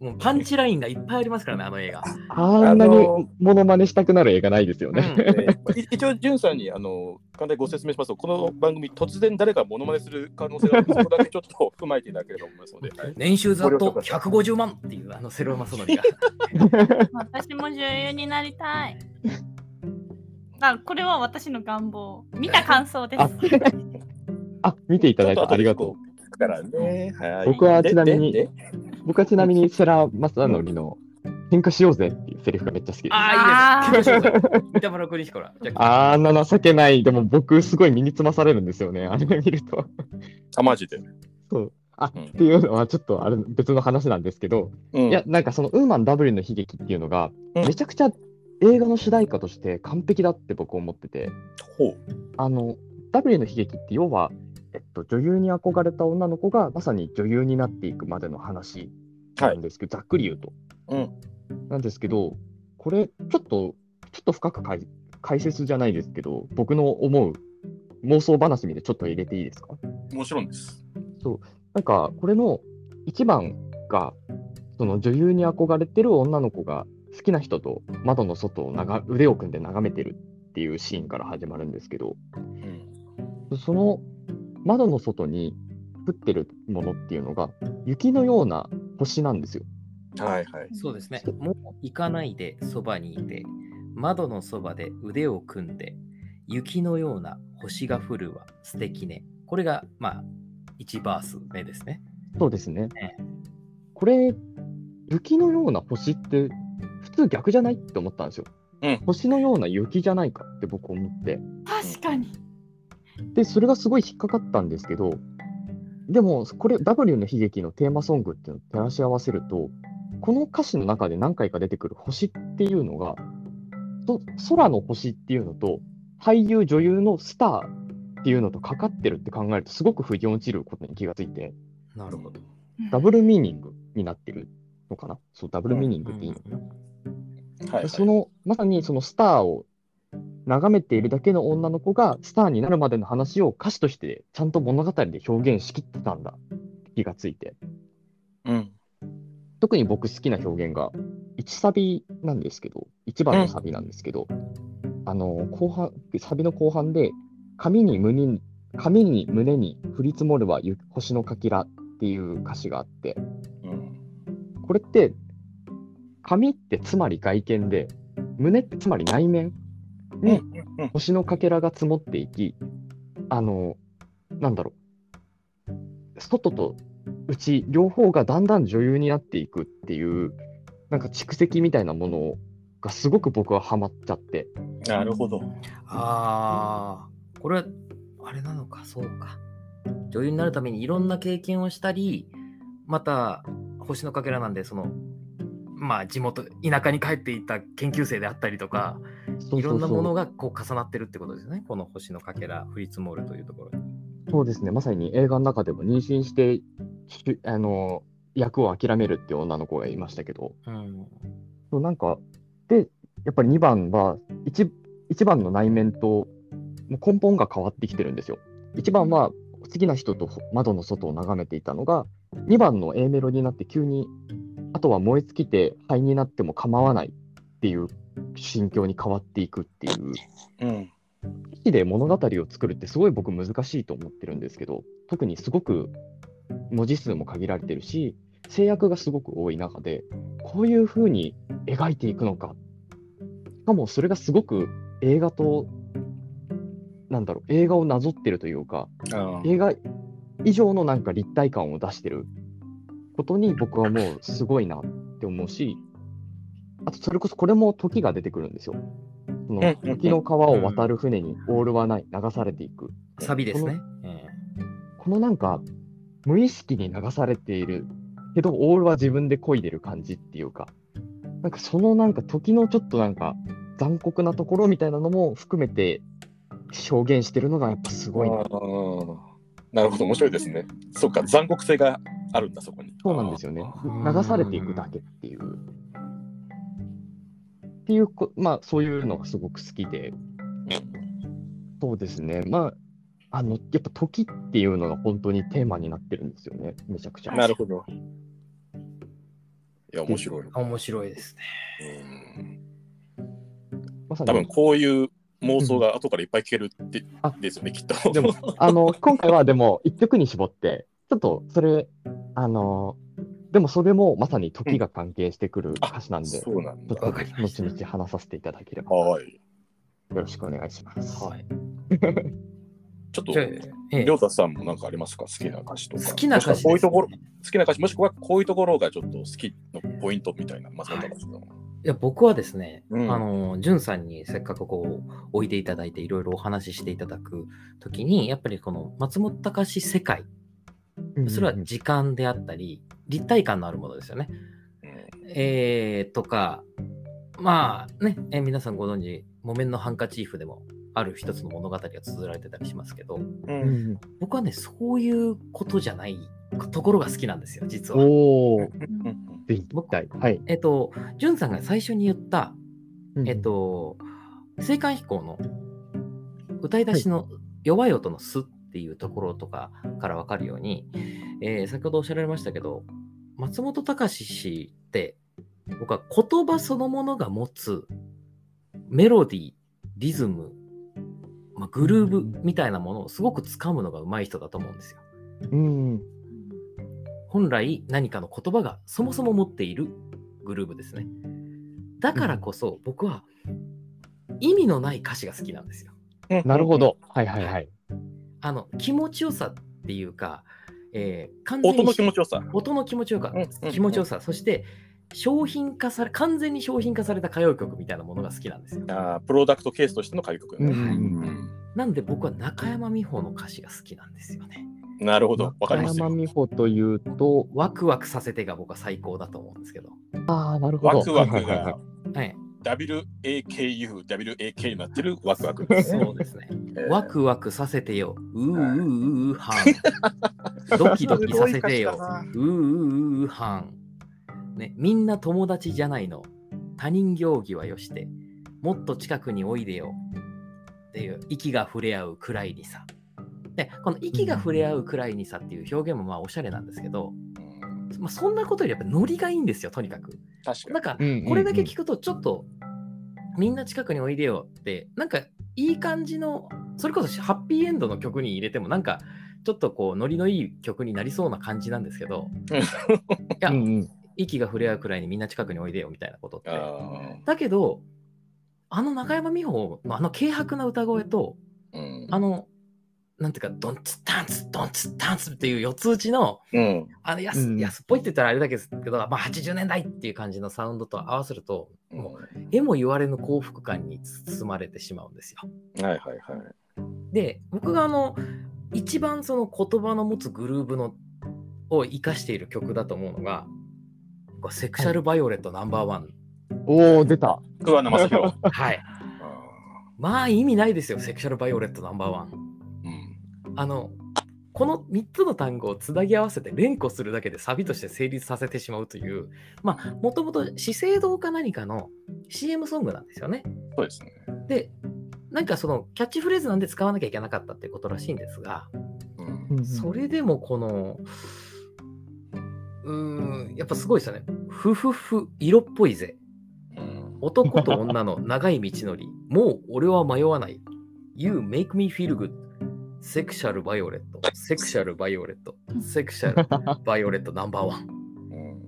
S2: もうパンチラインがいっぱいありますからねあの映画、
S5: あんなに
S3: あのー
S5: モノマネしたくなる映画ないですよね。
S2: うん
S3: えーい一応、んさんにあの簡単にご説明しますと、この番組、突然誰かモノマネする可能性があるので、そこだけちょっと踏まえていただければと思いますので、はい
S2: 年収ざっと150万っていうあのセロマソノリが
S1: 私も女優になりた い。あ、これは私の願望。見た感想です
S5: あ。 あ、見ていただい
S3: ちょっ
S5: て
S3: と
S5: ありがと
S3: う。からね、はい、
S5: 僕はちなみに
S3: でで
S5: う。僕はちなみにセラ・マサノリの喧嘩しようぜっていうセリフがめっちゃ好きです。あ
S2: ああいいですね北村邦彦らじゃあ
S5: あんな情けない。でも僕すごい身につまされるんですよね。あれ見ると。
S3: あ、マジで。
S5: そう。あ、
S3: うん
S5: っていうのはちょっとあれ別の話なんですけど、
S3: うん
S5: いや、なんかそのウーマン W の悲劇っていうのが、
S3: うん
S5: めちゃくちゃ映画の主題歌として完璧だって僕思ってて、
S3: ほ
S5: あの、W の悲劇って要は、えっと、女優に憧れた女の子がまさに女優になっていくまでの話なんですけど、ざっくり言うと。
S3: うん
S5: なんですけど、これ、ちょっと、ちょっと深く解解説じゃないですけど、僕の思う妄想話にでちょっと入れていいですか
S3: う、もちろんです。
S5: なんか、これの一番が、その女優に憧れてる女の子が好きな人と窓の外をなが腕を組んで眺めてるっていうシーンから始まるんですけど、
S3: うん、
S5: その窓の外に降ってるものっていうのが、雪のような星なんですよ。
S3: はいはい。
S2: そうですねもう行かないでそばにいて窓のそばで腕を組んで雪のような星が降るは素敵ねこれがまあ1バース目ですね
S5: そうですね
S2: え。
S5: これ、雪のような星って、普通逆じゃないって思ったんですよ。
S3: うん
S5: 星のような雪じゃないかって僕思って。
S1: 確かに。
S5: で、それがすごい引っかかったんですけど、でも、これ、W の悲劇のテーマソングっていうのを照らし合わせると、この歌詞の中で何回か出てくる星っていうのが、と空の星っていうのと、俳優、女優のスターっていうのとかかってるって考えると、すごく腑に落ちることに気がついて、
S2: なるほど
S5: ダブルミーニングになってるのかな。そう、ダブルミーニングっていいの
S3: はい、はい。
S5: そのまさにそのスターを眺めているだけの女の子がスターになるまでの話を歌詞としてちゃんと物語で表現しきってたんだって気がついて
S3: うん。
S5: 特に僕好きな表現が1サビなんですけど1番のサビなんですけど、あの後半サビの後半で髪に胸に髪に胸に降り積もるは雪星のかけらっていう歌詞があって
S3: うん。
S5: これって髪ってつまり外見で胸ってつまり内面
S3: う
S5: に
S3: んうん
S5: 星のかけらが積もっていきあのなんだろう外と内両方がだんだん女優になっていくっていうなんか蓄積みたいなものがすごく僕はハマっちゃって
S3: なるほど。
S2: ああ、これは、あれなのか、そうか。女優になるためにいろんな経験をしたり、また、星のかけらなんで、その、まあ、地元、田舎に帰っていた研究生であったりとか、
S5: そう
S2: いろんなもの
S5: が
S2: がこう重なってるってことですよね。この星のかけら、降り積もるというところに。
S5: そうですねまさに映画の中でも妊娠してしあの役を諦めるっていう女の子がいましたけど
S2: うん。
S5: そうなんかでやっぱり2番は 1, 1番の内面ともう根本が変わってきてるんですよ。1番は好きな人と窓の外を眺めていたのが2番の A メロになって急にあとは燃え尽きて灰になっても構わないっていう心境に変わっていくっていう
S3: うん。
S5: 歌詞で物語を作るってすごい僕難しいと思ってるんですけど特にすごく文字数も限られてるし制約がすごく多い中でこういう風に描いていくのか。しかもそれがすごく映画と、なんだろう、映画をなぞってるというか、
S3: あー
S5: 映画以上のなんか立体感を出してることに僕はもうすごいなって思うし、あとそれこそこれも時が出てくるんですよ。その
S3: うんうん
S5: 時の川を渡る船にオールはない、流されていく。
S2: サビですね。え
S5: このなんか無意識に流されているけどオールは自分で漕いでる感じっていうかなんかそのなんか時のちょっとなんか残酷なところみたいなのも含めて表現してるのがやっぱすごいな
S3: あーなるほど、面白いですね。そっか、残酷性があるんだ、そこに。
S5: そうなんですよね
S2: あー
S5: 流されていくだけっていうっていうこまあそういうのがすごく好きでそうですねまああのやっぱ時っていうのが本当にテーマになってるんですよねめちゃくちゃ
S3: なるほど。いや、面白い。
S2: ー面白いですね。
S3: うん
S5: まさ
S3: 多
S5: に
S3: 分こういう妄想が後からいっぱい聞けるって
S5: あ
S3: ですよね、きっと。
S5: でもあの今回はでも一曲に絞ってちょっとそれあのでもそれもまさに時が関係してくる歌詞なんで、ちょ
S3: そうなんだ
S5: っ。と
S2: わかりました
S5: 後々話させていただければよ
S3: はい。
S5: ろしくお願いします。
S2: はい。
S3: ちょっと
S2: じゃあ、ええ
S3: りょうたさんもなんかありますか好きな歌詞とか。
S2: 好きな歌詞です、ね。
S3: もしくはこういうところ、好きな歌詞、もしくはこういうところがちょっと好きのポイントみたいな、松本さんの。
S2: いや僕はですね、
S3: うん
S2: あの、じゅんさんにせっかくこう、おいでいただいて、いろいろお話ししていただくときに、やっぱりこの松本隆世界、
S5: うん
S2: それは時間であったり、立体感のあるものですよね。
S3: うん
S2: えー、とか、まあね、えー皆さんご存知、木綿のハンカチーフでも、ある一つの物語が綴られてたりしますけど、
S5: うんうん
S2: 僕はね、そういうことじゃないところが好きなんですよ、実は。
S5: おお、
S3: うん
S5: ぜひはい。
S2: えっと、じゅんさんが最初に言った、えっ、と、青函飛行の歌い出しの弱い音のスっていうところとかから分かるように、えー先ほどおっしゃられましたけど、松本隆氏って、僕は言葉そのものが持つメロディー、リズム、まあ、グルーブみたいなものをすごく掴むのが上手い人だと思うんですよ。
S5: うん、
S2: 本来何かの言葉がそもそも持っているグルーブですね。だからこそ僕は意味のない歌詞が好きなんですよ。
S5: なるほ。ど。はいはいはい。
S2: あの気持ちよさっていうか、えー完全に
S3: 音の気持ちよさ。
S2: 音の気持ちよか、
S3: うんうんうん
S2: 気持ちよさ、そして商品化され、完全に商品化された歌謡曲みたいなものが好きなんですよ。
S3: あープロダクトケースとしての歌謡曲ね、
S5: うん
S3: うん
S2: なんで僕は中山美穂の歌詞が好きなんですよね。
S3: なるほど、わかります
S5: 中山
S3: よ。
S5: 美穂というと、
S2: ワクワクさせてが僕は最高だと思うんですけど。
S5: ああ、なるほど。
S3: ワクワ
S5: は
S3: ク
S5: いはいはいはい
S3: が。
S2: はい、
S3: WAKU、WAK になってるワクワクですね。
S2: そうですね。ワクワクさせてよ。うーうーうーはん。ドキドキさせてよ。うーうーうーはん。ね、みんな友達じゃないの。他人行儀はよして。もっと近くにおいでよ。っていう、息が触れ合うくらいにさ。で、この息が触れ合うくらいにさっていう表現もまあおしゃれなんですけど、
S3: うん
S2: まあ、そんなことよりやっぱノリがいいんですよ、とにかく。
S3: 確
S2: な
S3: かに
S2: ん。か
S5: うんうんうん
S2: これだけ聞くとちょっとみんな近くにおいでよってなんかいい感じのそれこそハッピーエンドの曲に入れてもなんかちょっとこうノリのいい曲になりそうな感じなんですけどいや
S5: うんうん
S2: 息が触れ合うくらいにみんな近くにおいでよみたいなことって
S3: あ
S2: だけどあの中山美穂のあの軽薄な歌声と
S3: ーうん
S2: あのなんていうかドンツッタンツドンツッタンツっていう四つ打ちの
S3: うん
S2: あの安,、
S5: うん
S2: 安っぽいって言ったらあれだけですけど、まあ、80年代っていう感じのサウンドと合わせるともうえも言われぬ幸福感に包まれてしまうんですよ。
S3: はいはいはい。
S2: で僕があの一番その言葉の持つグルーブのを生かしている曲だと思うのがこうセクシャル・バイオレットナンバーワン。
S5: おお、出た。
S3: 桑名正宏。
S2: はい。まあ意味ないですよ、セクシャル・バイオレットナンバーワン。
S3: うん
S2: あの、この3つの単語をつなぎ合わせて連呼するだけでサビとして成立させてしまうという、まあもともと資生堂か何かの CM ソングなんですよね。
S3: そうですね。
S2: で、なんかそのキャッチフレーズなんで使わなきゃいけなかったっていうことらしいんですが、
S3: うん
S2: それでもこの、うーん、やっぱすごいですよね。ふふふ、色っぽいぜ。
S3: うん
S2: 男と女 の長い道のり。もう俺は迷わない。You make me feel good. セクシャルバイオレット。セ クシャルバイオレット。セクシャルバイオレットナンバーワン。
S3: うん、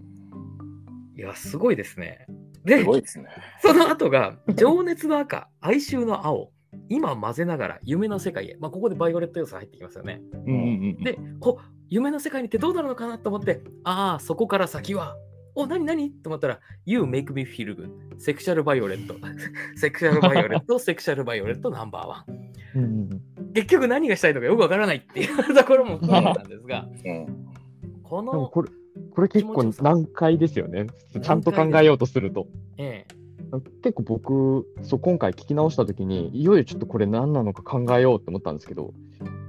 S2: いや、すごいですね。です
S3: ごいですね。
S2: その後が、情熱の赤、哀愁の青、今混ぜながら夢の世界へ。まあ、ここでバイオレット要素入ってきますよね。
S5: うんうんうん。
S2: で、こ夢の世界にってどうなるのかなと思って、ああ、そこから先は。お、なになにと思ったら、You make me feel good. セクシャルバイオレ ット。セクシャルバイオレット、セクシャルバイオレットナンバーワン。
S5: うんうん
S2: 結局何がしたいのかよくわからないっていうところも含めなんですが、
S3: うん。
S2: こ
S5: でも
S2: の、
S5: これ、これ結構難解ですよね。ちゃんと考えようとすると。
S2: ええ、
S5: 結構僕そう今回聞き直した時にいよいよちょっとこれ何なのか考えようって思ったんですけど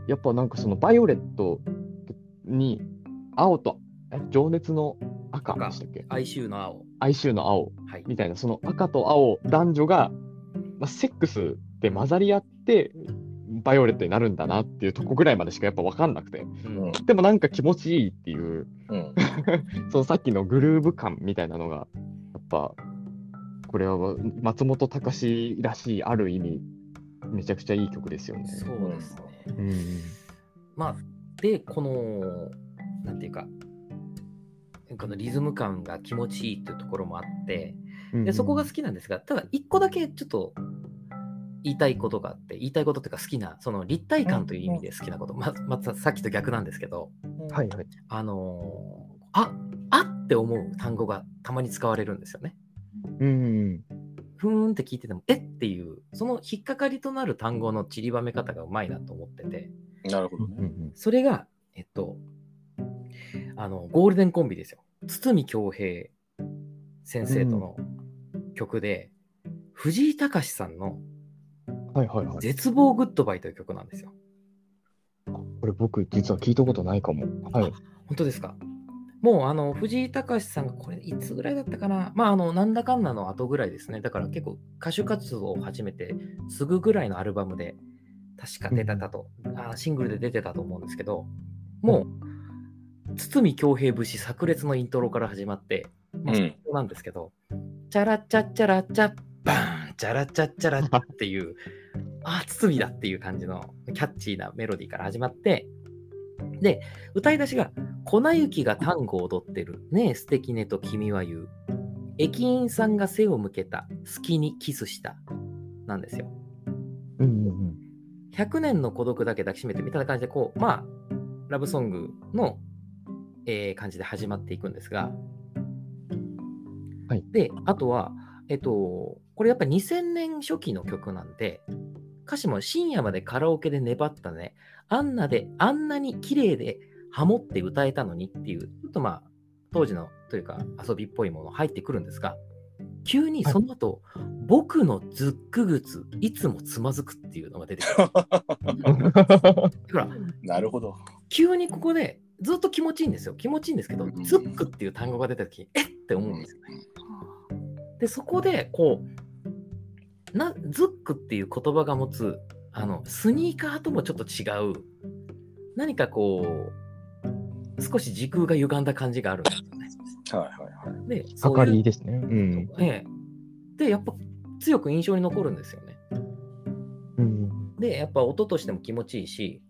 S5: やっぱなんかそのバイオレットに青とえ情熱の赤でしたっけ
S2: 哀愁の青。
S5: 哀愁の青
S2: はい。
S5: みたいなその赤と青男女が、まあ、セックスで混ざり合ってバイオレットになるんだなっていうとこぐらいまでしかやっぱ分かんなくて
S2: うん
S5: でもなんか気持ちいいっていう
S3: うん。
S5: そのさっきのグルーヴ感みたいなのが、やっぱ、これは松本隆らしい、ある意味、めちゃくちゃいい曲ですよね。
S2: そうですね。
S5: うん
S2: まあ、で、この、なんていうか、このリズム感が気持ちいいっていうところもあって、
S5: うん
S2: でそこが好きなんですが、ただ、一個だけちょっと言いたいことがあって、言いたいことっていうか、好きな、その立体感という意味で好きなこと、ままたさっきと逆なんですけど、
S5: はいはい。
S2: あのーああって思う単語がたまに使われるんですよね。
S5: うん
S2: ふーんって聞いてても、えっていう、その引っかかりとなる単語の散りばめ方がうまいなと思ってて、
S3: なるほ
S5: う
S3: ど
S5: ん
S3: ね。
S5: うん
S2: それが、えっと、あの、ゴールデンコンビですよ。堤恭平先生との曲で、藤井隆さんの
S5: うんはいはいはい。
S2: 絶望グッドバイという曲なんですよ。
S5: これ僕、実は聞いたことないかも。 はい。
S2: 本当ですかもうあの藤井隆さんがこれいつぐらいだったかなまああのなんだかんだの後ぐらいですねだから結構歌手活動を始めてすぐぐらいのアルバムで確か出てたと、あシングルで出てたと思うんですけどもう堤恭平節炸裂のイントロから始まって、まあ、
S3: うん
S2: 最初なんですけど、チャラチャチャラチャバーンチャラチャチャラっていう ああ堤だっていう感じのキャッチーなメロディーから始まってで歌い出しが「粉雪が単語を踊ってるねえ素敵ねと君は言う」「駅員さんが背を向けた好きにキスした」なんですよ。
S5: うんうんうん
S2: 100年の孤独だけ抱きしめてみたいな感じでこうまあラブソングの、えー感じで始まっていくんですが、
S5: はい
S2: であとはえっとこれやっぱ2000年初期の曲なんで歌詞も深夜までカラオケで粘ったねあんなであんなに綺麗でハモって歌えたのにっていうちょっとまあ当時のというか遊びっぽいもの入ってくるんですが急にその後、僕のズックグツいつもつまずくっていうのが出てく るほら
S3: なるほど。
S2: 急にここでずっと気持ちいいんですよ気持ちいいんですけど
S3: うん
S2: ズックっていう単語が出た時えっって思うんですよねでそこでこうなズックっていう言葉が持つあのスニーカーともちょっと違う何かこう少し時空が歪んだ感じがあるんですよね
S3: はいはいはい。
S2: でそ
S5: 明
S2: う
S5: か
S2: いう
S5: りですね。うん
S2: ええでやっぱ強く印象に残るんですよね
S5: うん
S2: でやっぱ音としても気持ちいいし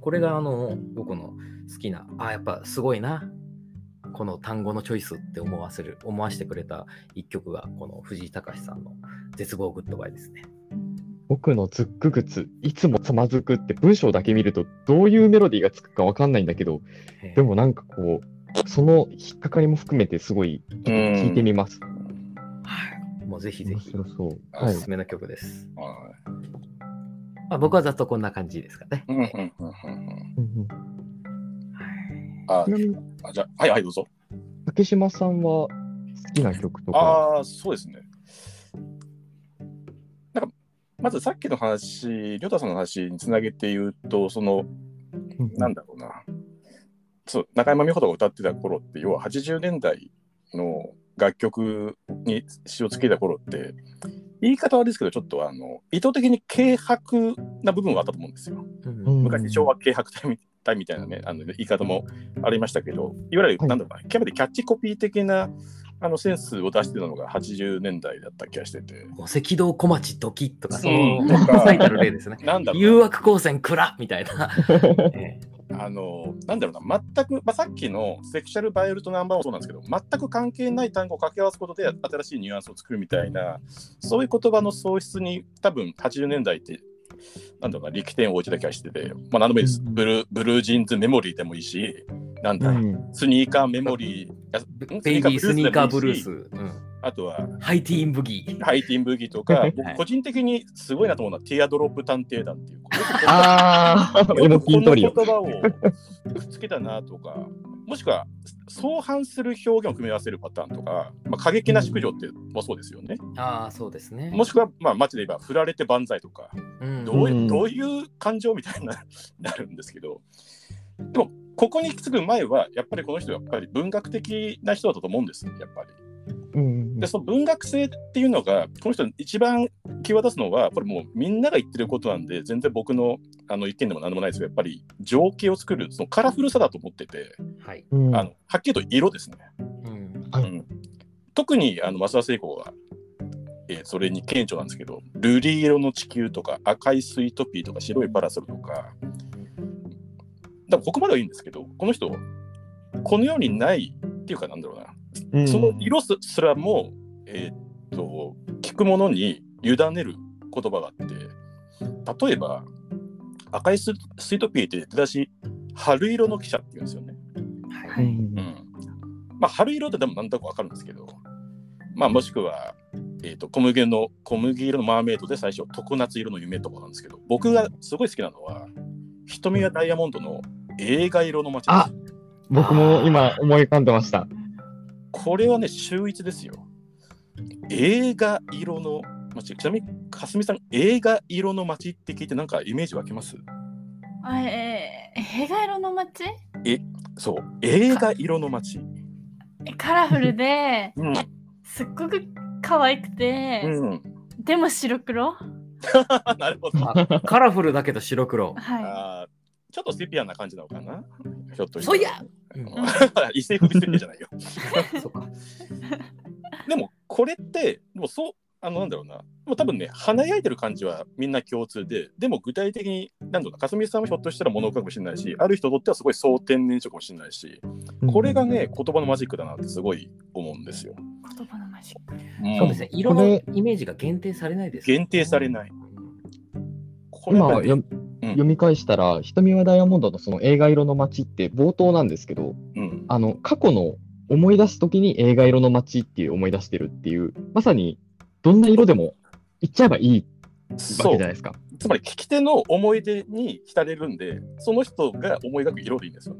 S2: これがあの僕の好きなあやっぱすごいなこの単語のチョイスって思わせる思わせてくれた一曲がこの藤井隆さんの「絶望グッドバイ」ですね。
S5: 僕のズックグツ、いつもつまずくって文章だけ見ると、どういうメロディーがつくかわかんないんだけど、
S2: ええ
S5: でもなんかこう、その引っかかりも含めてすごい聞いてみます。
S2: はいもうぜひぜ
S5: 面
S2: ひ
S5: 白そう。
S2: お
S5: はい
S2: す。すめの曲です。
S3: は
S2: まあ、僕はざっとこんな感じですかね。
S3: い。うんうんうんうんうん。
S5: うん
S3: あ
S5: ちなみに、
S3: あ、じゃあ、はいはい、どうぞ。
S5: 竹島さんは好きな曲とか。
S3: ああ、そうですね。なんか、まずさっきの話、りょうたさんの話につなげて言うと、その、
S5: うん
S3: なんだろうな。そう、中山美穂とか歌ってた頃って、要は80年代の楽曲に詞をつけた頃って、言い方はですけど、ちょっとあの意図的に軽薄な部分はあったと思うんですよ。
S2: うん
S5: うん
S3: 昔、昭。和軽薄隊みたいなね、あの言い方もありましたけど、いわゆ
S5: は
S3: る、
S5: い
S3: なんだろうな、極めてキャッチコピー的なあのセンスを出してたのが80年代だった気がしてて。
S2: もう赤道小町ドキッとか、そ
S3: うん
S2: の
S3: とか
S2: 最たる例ですね。
S3: なんだろうな
S2: 誘惑光線暗みたいな。ええ
S3: あの、なんだろうな、全く、まあ、さっきのセクシャルバイオルトナンバーもそうなんですけど、全く関係ない単語を掛け合わすことで新しいニュアンスを作るみたいな、そういう言葉の喪失に多分80年代って、なんだろうな、力点を置いてた気がしてて、まあ、何でもいいです。ブルーブルージーンズメモリーでもいいし、なんだ、
S5: ん、
S3: スニーカーメモリー、あ
S2: ベイビースニーカーブルース、
S3: でもいいし
S2: うん
S3: あとは、
S2: ハイティーンブギー。
S3: ハイティンブギーとか、
S2: は
S3: 僕
S2: い
S3: 個人的にすごいなと思うのは、ティアドロップ探偵団っていう。
S5: ああ、エモキントリオ。
S3: この言葉をくっつけたなとか、もしくは相反する表現を組み合わせるパターンとか、まあ、過激な淑女ってもそうですよね。
S2: ああ、そうですね。
S3: もしくは、まあ、街で言えば、振られて万歳とか、
S2: うん
S3: どうい
S5: うん
S3: うどういう感情みたいななるんですけど、でも、ここに行き着く前は、やっぱりこの人はやっぱり文学的な人だったと思うんです、やっぱり。
S5: うん
S3: でその文学性っていうのがこの人の一番際立つのはこれもうみんなが言ってることなんで全然僕のあの意見でも何でもないですけどやっぱり情景を作るそのカラフルさだと思ってて、
S2: はい。
S5: うん
S3: あのはっきりと色ですね。
S2: うん
S5: はい
S3: うん特にあの増田聖子は、えーそれに顕著なんですけど瑠璃色の地球とか赤いスイートピーとか白いパラソルとかだからここまではいいんですけどこの人この世にないっていうかなんだろうな
S5: うん
S3: その色すすらも、えーっと聞くものに委ねる言葉があって例えば赤いススイートピーって出だし春色の記者って言うんですよね。
S2: は
S5: う
S2: い。
S5: ん
S3: まあ、春色ってでも何だか分かるんですけど、まあ、もしくは、えー、と小麦の小麦色のマーメイドで最初常夏色の夢とかなんですけど僕がすごい好きなのは瞳がダイヤモンドの映画色の街です
S5: あ僕も今思い浮かんでました。
S3: これはね、秀逸ですよ。映画色の街、ちなみに、かすみさん、映画色の街って聞いて、なんかイメージ湧きます
S1: あえー、映画色の街
S3: そう、映画色の街。
S1: えカラフル で
S3: うん。
S1: すっごく可愛くて、
S3: うん、
S1: でも白黒
S3: なるほど。
S2: あカラフルだけど白
S1: は
S2: 黒。
S3: あーちょっとセピアな感じなのかなひょっと
S2: そういや
S3: う
S2: うんん
S3: 一斉不備セピアじゃないよ。
S2: そうか。
S3: でも、これって、もうそう、あの、なんだろうな。もう多分ね、華やいでる感じはみんな共通で、でも具体的に、なんだろうな、かすみさんもひょっとしたら物をかもしれないし、ある人にとってはすごい総天然色かもしれないし、これがね、言葉のマジックだなってすごい思うんですよ。
S1: い言葉のマジック
S2: そうですね。色
S5: こ
S2: の
S5: れ
S2: イメージが限定されないです、
S3: 限定されない
S2: うん。
S3: これ
S5: 今
S3: は、
S5: 読読み返したら、瞳はダイヤモンドのその映画色の街って冒頭なんですけど、
S3: うん、
S5: あの過去の思い出すときに映画色の街っていう思い出してるっていう、まさにどんな色でも言っちゃえばいいわ
S3: そ
S5: け
S3: う
S5: じゃないですか。
S3: つまり聞き手の思い出に浸れるんでその人が思い描く色でいいんですよ、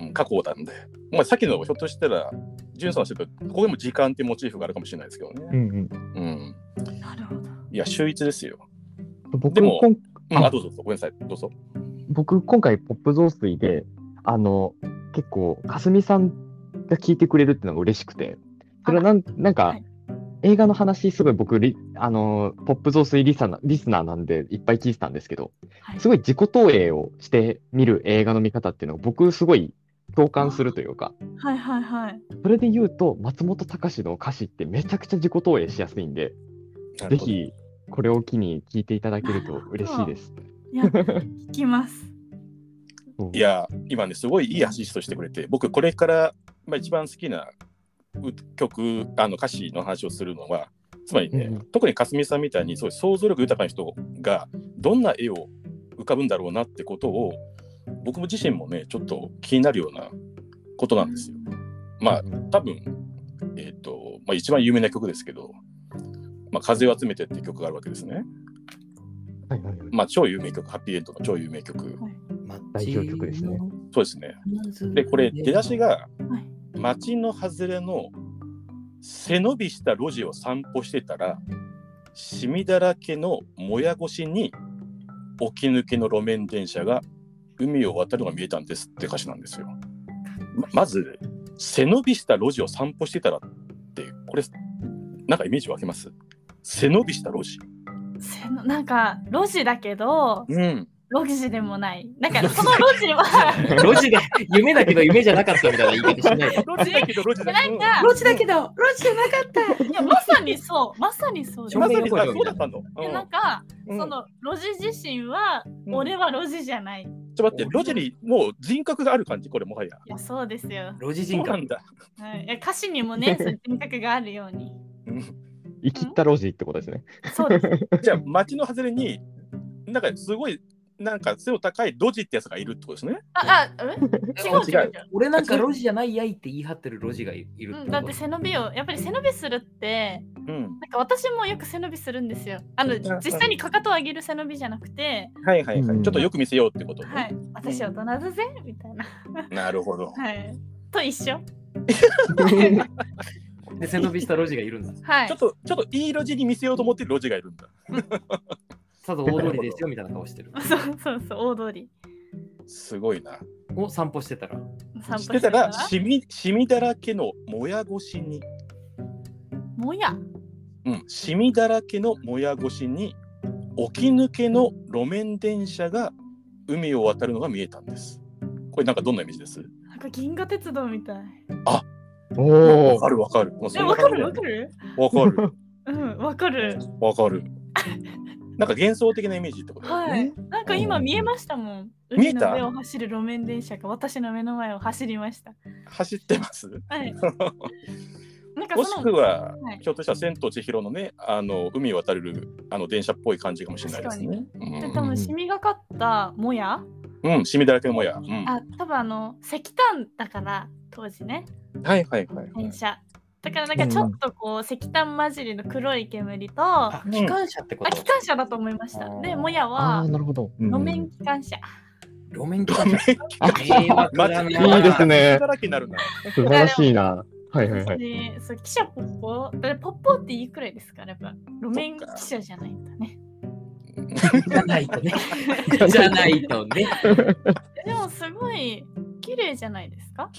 S3: うん、過去なんで、まあ、さっきのひょっとしたらジュンさんの人とここでも時間っていうモチーフがあるかもしれないですけど
S5: う
S3: ね、
S5: んうん
S3: うん、
S1: なるほど
S3: いや秀逸ですよ、で
S5: 僕
S3: も
S5: 今
S3: うん、
S5: あ
S3: あどうぞどうぞごめんなさいどうぞ
S5: 僕今回ポップ増水であの結構かすみさんが聞いてくれるってのが嬉しくてそれはなんなんか、
S1: はい
S5: 映画の話すごい僕リあのポップ増水リサナリスナーなんでいっぱい聞いてたんですけど
S1: はい
S5: すごい自己投影をして見る映画の見方っていうのが僕すごい共感するというか
S1: はいはいはい
S5: それで言うと松本隆の歌詞ってめちゃくちゃ自己投影しやすいんでぜひこれを機に聞いていただけると嬉しいです。
S1: い や聞きます
S5: うん
S3: いや今ねすごいいいアシストしてくれて僕これから、まあ、一番好きなう曲あの歌詞の話をするのはつまりね、
S5: うん
S3: 特にかすみさんみたいにそういう想像力豊かな人がどんな絵を浮かぶんだろうなってことを僕も自身もねちょっと気になるようなことなんですよ。まあ
S5: うん
S3: 多分、えっとまあ、一番有名な曲ですけど「まあ、風を集めて」って曲があるわけですね。
S5: はいはいはい
S3: まあ超有名曲ハッピーエンドの超有名曲
S5: 代表曲ですね
S3: そうですね。でこれ出だしが町の外れの背伸びした路地を散歩してたら、シミだらけのもや越しに起き抜けの路面電車が海を渡るのが見えたんですって歌詞なんですよ。ままず、背伸びした路地を散歩してたらって、これ、なんかイメージ湧きます背伸びした路地。
S1: せのなんか路地だけど
S3: うん。
S1: 路地でもないなんかその路地 は
S2: 路地で夢だけど夢じゃなかったみたいな言い方しないで。
S3: 路地だけど路地だけど。
S1: なんか
S2: 路地だけど路地じゃなかった。
S1: いやまさにそうまさにそうです
S3: ま
S2: 正
S3: さ
S2: 面
S3: に
S2: 横
S3: さ
S2: 丁
S3: そうだったの。
S1: でなん
S3: う
S1: か、
S3: ん
S1: その路地自身は、
S3: うん
S1: 俺は路地じゃない
S3: と待って、ロジェリー、もう人格がある感じ、これ、もはや。
S1: いやそうですよ、
S2: ロジ
S3: そ
S2: 人
S3: うな
S2: 格
S3: んだ。
S1: はい、いや歌詞にも ねそういう人格があるように
S5: 生きったロジってことですね。
S1: そうです
S3: じゃあ、町の外れに、なんかすごい、なんか背の高いロジってやつがいるってことですね。
S1: ああえ違う違う違う
S2: 俺なんかロジじゃないやいって言い張ってるロジがいる
S1: う
S2: っ
S1: ん
S2: て
S1: だっ
S2: こと
S1: て背伸びをやっぱり背伸びするって
S3: うん。
S1: なんか私もよく背伸びするんですよあの実際にかかとを上げる背伸びじゃなくて
S3: はいはいはい。
S5: うん
S3: ちょっとよく見せようってこと、ね
S1: はい私大人だぜみたい な
S3: なるほど。
S1: はいと一緒
S2: で背伸びしたロジがいるんだ。
S1: はい
S3: ちょっと、ちょっといい路地に見せようと思ってる路地がいるんだ。
S2: さぞ大通りですよみたいな顔してる。
S1: そうそうそう大通り
S3: すごいな。
S2: を散歩してたら。
S1: 散歩
S3: してたら、シミ、シミだらけのもや越しに、
S1: もや
S3: うん、シミだらけのもや越しに、起き抜けの路面電車が海を渡るのが見えたんです。これなんかどんなイメージです
S1: なんか銀河鉄道みたい
S5: お
S3: わかるわかる。もうそ
S1: え
S3: んな
S1: わか
S3: 感じ
S1: る
S3: だよ
S1: わ
S3: ね
S1: かる
S3: わかる。
S1: うんわかる
S3: わかる。なんか幻想的なイメージってことだよ
S1: は
S3: ね。
S1: いなんか今見えましたもん
S3: 見え
S1: 海
S3: た
S1: の上を走る路面電車が私の目の前を走りました
S3: 走ってます。
S1: はいなんか
S3: もし
S1: そ
S3: く
S1: の
S3: は、
S1: はい
S3: ひょっとしたら千と千尋のね、あの海を渡れるあの電車っぽい感じかもしれないですね。
S1: で多分シミがかったもや
S3: うん、うん、シミだらけのもや。うん、は
S1: あ多分あの石炭だから当時ね
S3: いはいはいはい。
S1: 電車だからなんかちょっとこう石炭混じりの黒い煙とあ
S2: あ、機関車ってこと
S1: 機関車だと思いましたでもや
S5: あ
S1: は
S5: あ、なるほど。うん
S1: 路面機関車
S2: 路面機関車。
S5: あ
S2: 迷惑だ
S3: い
S2: ない
S5: いですね
S3: だ。らけになるな。
S5: 素晴らしいな。はいはいはい。
S1: で、そう、汽車ポッポだからポッポって言うくらいですから、やっぱ、路面
S3: そっか
S1: 汽車じゃないんだね。
S2: じゃない とね。じゃないとね。
S1: でも、すごい、綺麗じゃないですか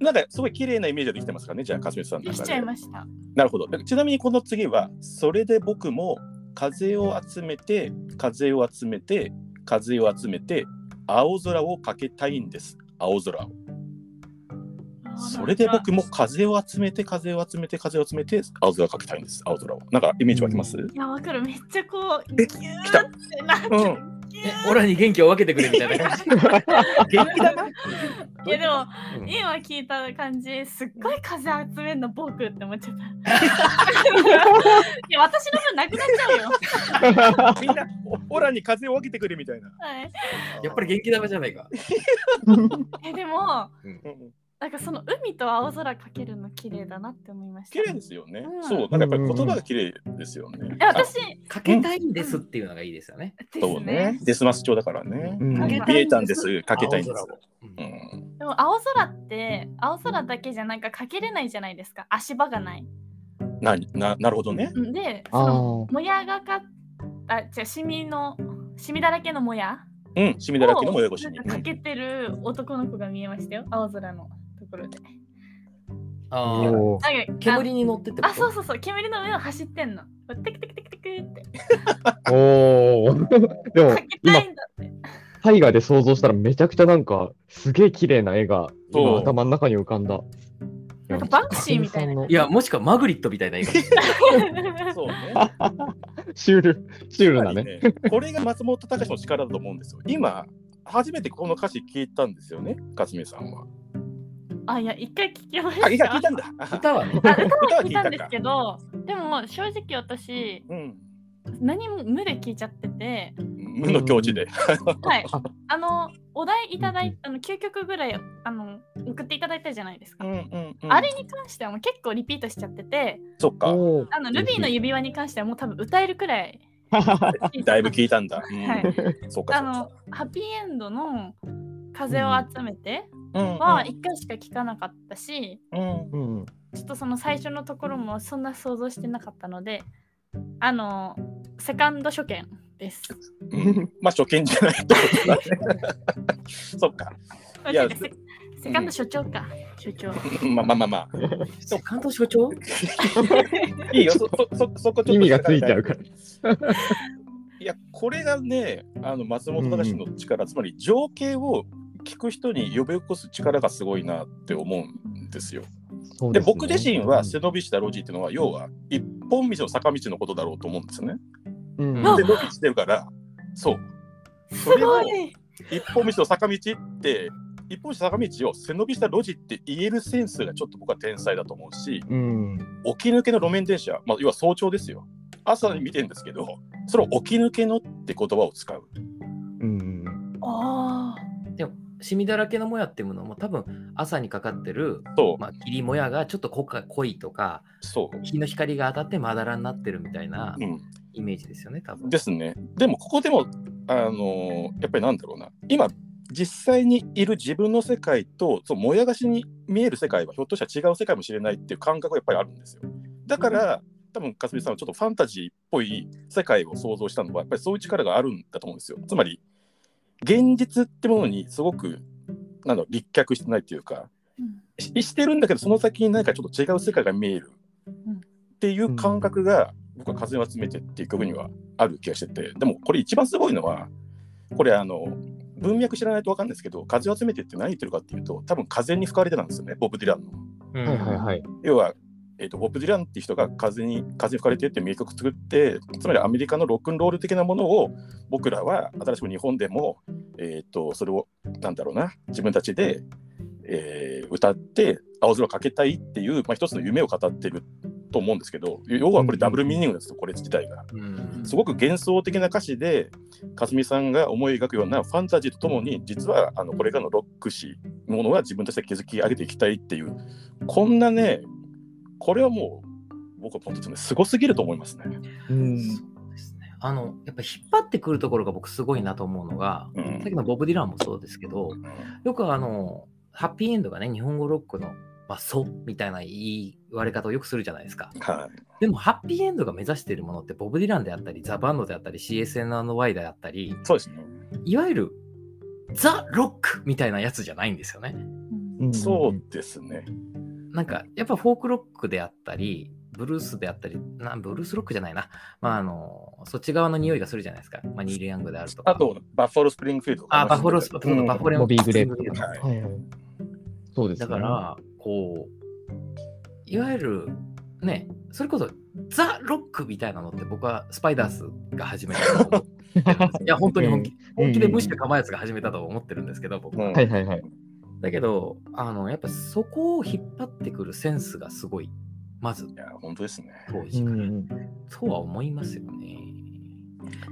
S3: なんかすごい綺麗なイメージができてますからね、じゃあ、かすみさんの
S1: でき
S3: 中
S1: ちゃい
S3: で。
S1: ました。
S3: なるほど。ちなみにこの次は、それで僕も風を集めて、風を集めて、風を集めて、青空をかけたいんです。青空を。それで僕も風を集めて、風を集めて、風を集めて、青空をかけたいんです。青空を。なんかイメージ湧きます、
S1: いや、わかる。めっちゃこう、
S3: え
S1: ギュー
S3: 来た
S1: ってなって、
S3: うん
S1: ギュ
S2: えオラに元気を分けてくれみたいな感じ。元気だな。
S1: ーいや、でも、
S2: うん
S1: 今聞いた感じ、すっごい風集めんの僕って思っちゃった。い や、私の分なくなっちゃうよ。
S3: みん な、オラに風を分けてくれみたいな。
S1: はい、
S2: やっぱり元気玉じゃないか。
S1: えでも、
S3: うん
S1: なんかその海と青空かけるの綺麗だなって思いました。
S3: 綺麗
S1: い
S3: ですよね。
S1: うん
S3: そう、なんかやっぱり言葉が綺麗ですよね。
S1: や、私、
S2: かけたいんですっていうのがいいですよね。
S1: で
S3: そう
S1: す
S3: ね
S1: ね。。
S3: デスマス調だからね。
S5: うん
S1: かけ
S3: 見えたんです、かけたいんで
S2: 青
S3: す
S2: 空。をうん
S3: うん
S1: でも青空って青空だけじゃなんかかけれないじゃないですか足場がない。
S3: なななるほどね。
S1: んでそ
S5: あ
S1: の
S5: ー
S1: もやがかあじゃシミのシミだらけのもや
S3: うん、シミ
S1: を
S3: だらけの親越しに。
S1: なんかかけてる男の子が見えましたよ青空のところで。
S2: あー
S5: おー
S1: なんか
S2: 煙に乗ってってこ
S1: あ
S2: と
S1: あそうそうそう煙の上を走ってんの。テクテクテクテクって
S5: おー。でも
S1: かけた
S5: 今
S1: いんだって。
S5: 絵画で想像したらめちゃくちゃなんかすげえ綺麗な絵が今
S3: そう
S5: 頭の中に浮かんだ。
S1: なんかバンクシーみたいな
S5: や
S2: いや、もしくはマグリットみたいな言い方。
S3: そうね。
S5: シュール、シュールなね。
S3: やっぱりねこれが松本隆の力だと思うんですよ。今、初めてこの歌詞聞いたんですよね、勝美さんは。
S1: あいや一回聞きました。
S3: あ、いや聞いたんだ。
S2: 歌はね。
S1: あ歌は聞いたん
S3: 歌は聞いたか
S1: ですけどでも正直私
S3: うん。
S1: 何も無で聞いちゃってて。
S3: 無の境地で。
S1: はい。あの、お題いただいたの9曲ぐらいあの送っていただいたじゃないですか。
S3: ん
S1: あれに関してはもう結構リピートしちゃってて、
S3: そっか。
S5: おー
S1: あのルビーの指輪に関してはもう多分歌えるくらい。
S3: だいぶ聞いたんだ。うん
S1: はい
S3: そっ
S1: あ
S3: か。そっ
S1: の
S3: か、
S1: ハッピーエンドの風を集めて
S3: うん
S1: は1回しか聞かなかったし、
S3: うん
S5: うん
S1: ちょっとその最初のところもそんな想像してなかったので、あの、セカンド初見です。
S3: うんまあ、初見じゃないってことだね。 そっか。いや
S1: セ セカンド所長か、所長。
S3: まあまあまあ ま
S2: そう関東所長
S3: あ。いいよ。そ、そ、そそこちょっと。
S5: 意味がついちゃうから。
S3: いや、これがね、あの松本隆の力、つまり情景を聞く人に呼び起こす力がすごいなって思うんですよ。
S5: そう
S3: で、
S5: すね
S3: 僕自身は背伸びした路地っていうのは、要は一本道の坂道のことだろうと思うんですね。
S5: うん
S3: 背伸びしてるから、そう。
S1: す
S3: それを
S1: ごい
S3: 一本道と坂道って、一本道と坂道を背伸びした路地って言えるセンスがちょっと僕は天才だと思うし、
S5: うん。
S3: 起き抜けの路面電車、まあ、要は早朝ですよ。朝に見てるんですけど、その起き抜けのって言葉を使う。
S5: うん。
S1: ああ。
S2: でもシミだらけのもやっていうものも多分朝にかかってる、
S3: そう、
S2: まあ、霧もやがちょっと濃か濃いとか
S3: そう。
S2: 日の光が当たってまだらになってるみたいな
S3: うん、
S2: イメージですよね多分。
S3: ですね。でもここでも、あのーやっぱりなんだろうな、今、実際にいる自分の世界と、そのもやがしに見える世界は、ひょっとしたら違う世界かもしれないっていう感覚がやっぱりあるんですよ。だから、多分かすみさんはちょっとファンタジーっぽい世界を想像したのは、やっぱりそういう力があるんだと思うんですよ。つまり、現実ってものにすごく、なんだろう、立脚してないっていうか、ししてるんだけど、その先に何かちょっと違う世界が見える
S1: うん
S3: っていう感覚が、僕は風を集めてっていう曲にはある気がしてて、でもこれ一番すごいのは、これあの、文脈知らないと分かるんですけど、風を集めてって何言ってるかっていうと、多分風に吹かれてなんですよね、ボブ・ディランの。
S2: うん
S5: はいはいはい。
S3: 要は、えー、とボブ・ディランっていう人が風に風に吹かれてって名曲作ってつまりアメリカのロックンロール的なものを僕らは新しく日本でも、えー、とそれをなんだろうな自分たちで、えー歌って青空をかけたいっていう、まあ、一つの夢を語ってると思うんですけど要はこれダブルミーニングですよこれ自体が。
S2: うん
S3: すごく幻想的な歌詞で、かすみさんが思い描くようなファンタジーとともに、実はあのこれからのロック史ものは自分たちで築き上げていきたいっていう、こんなね、これはもう、僕は本当にすごすぎると思いますね。
S5: うん。
S2: そうですねあのやっぱ引っ張ってくるところが僕すごいなと思うのが、
S3: う
S2: さっ
S3: ん
S2: きのボブ・ディランもそうですけどよくあのハッピーエンドがね日本語ロックの「まあ、そう」みたいな言い言われ方をよくするじゃないですか。
S3: はい、
S2: でもハッピーエンドが目指しているものってボブ・ディランであったりザ・バンドであったり CSNY であったり
S3: そうですね。
S2: いわゆるザ・ロックみたいなやつじゃないんですよね。
S1: うん
S3: そうですね。
S2: なんかやっぱフォークロックであったりブルースであったりなブルースロックじゃないな、まあ、あのそっち側の匂いがするじゃないですか、まあ、ニール・ヤングであるとか
S3: あと、バッファロー・スプリングフィールド。
S2: あバッファロースパ
S5: うん
S2: バッファロー
S5: ボビーグレープ
S3: はい
S5: はいはい。そうです
S2: だ
S5: ね
S2: から、こう、いわゆる、ね、それこそ、ザ・ロックみたいなのって、僕はスパイダースが始めたと思ってるんです。いや、本当に本気,、
S5: うん
S2: 本気で無視して構えやつが始めたと思ってるんですけど、僕は。
S3: うん
S5: はいはいはい。
S2: だけど、あの、やっぱそこを引っ張ってくるセンスがすごい、まず、
S3: いや、本当ですね。
S2: 当
S5: う
S2: 時から。
S5: ん。
S2: とは思いますよね。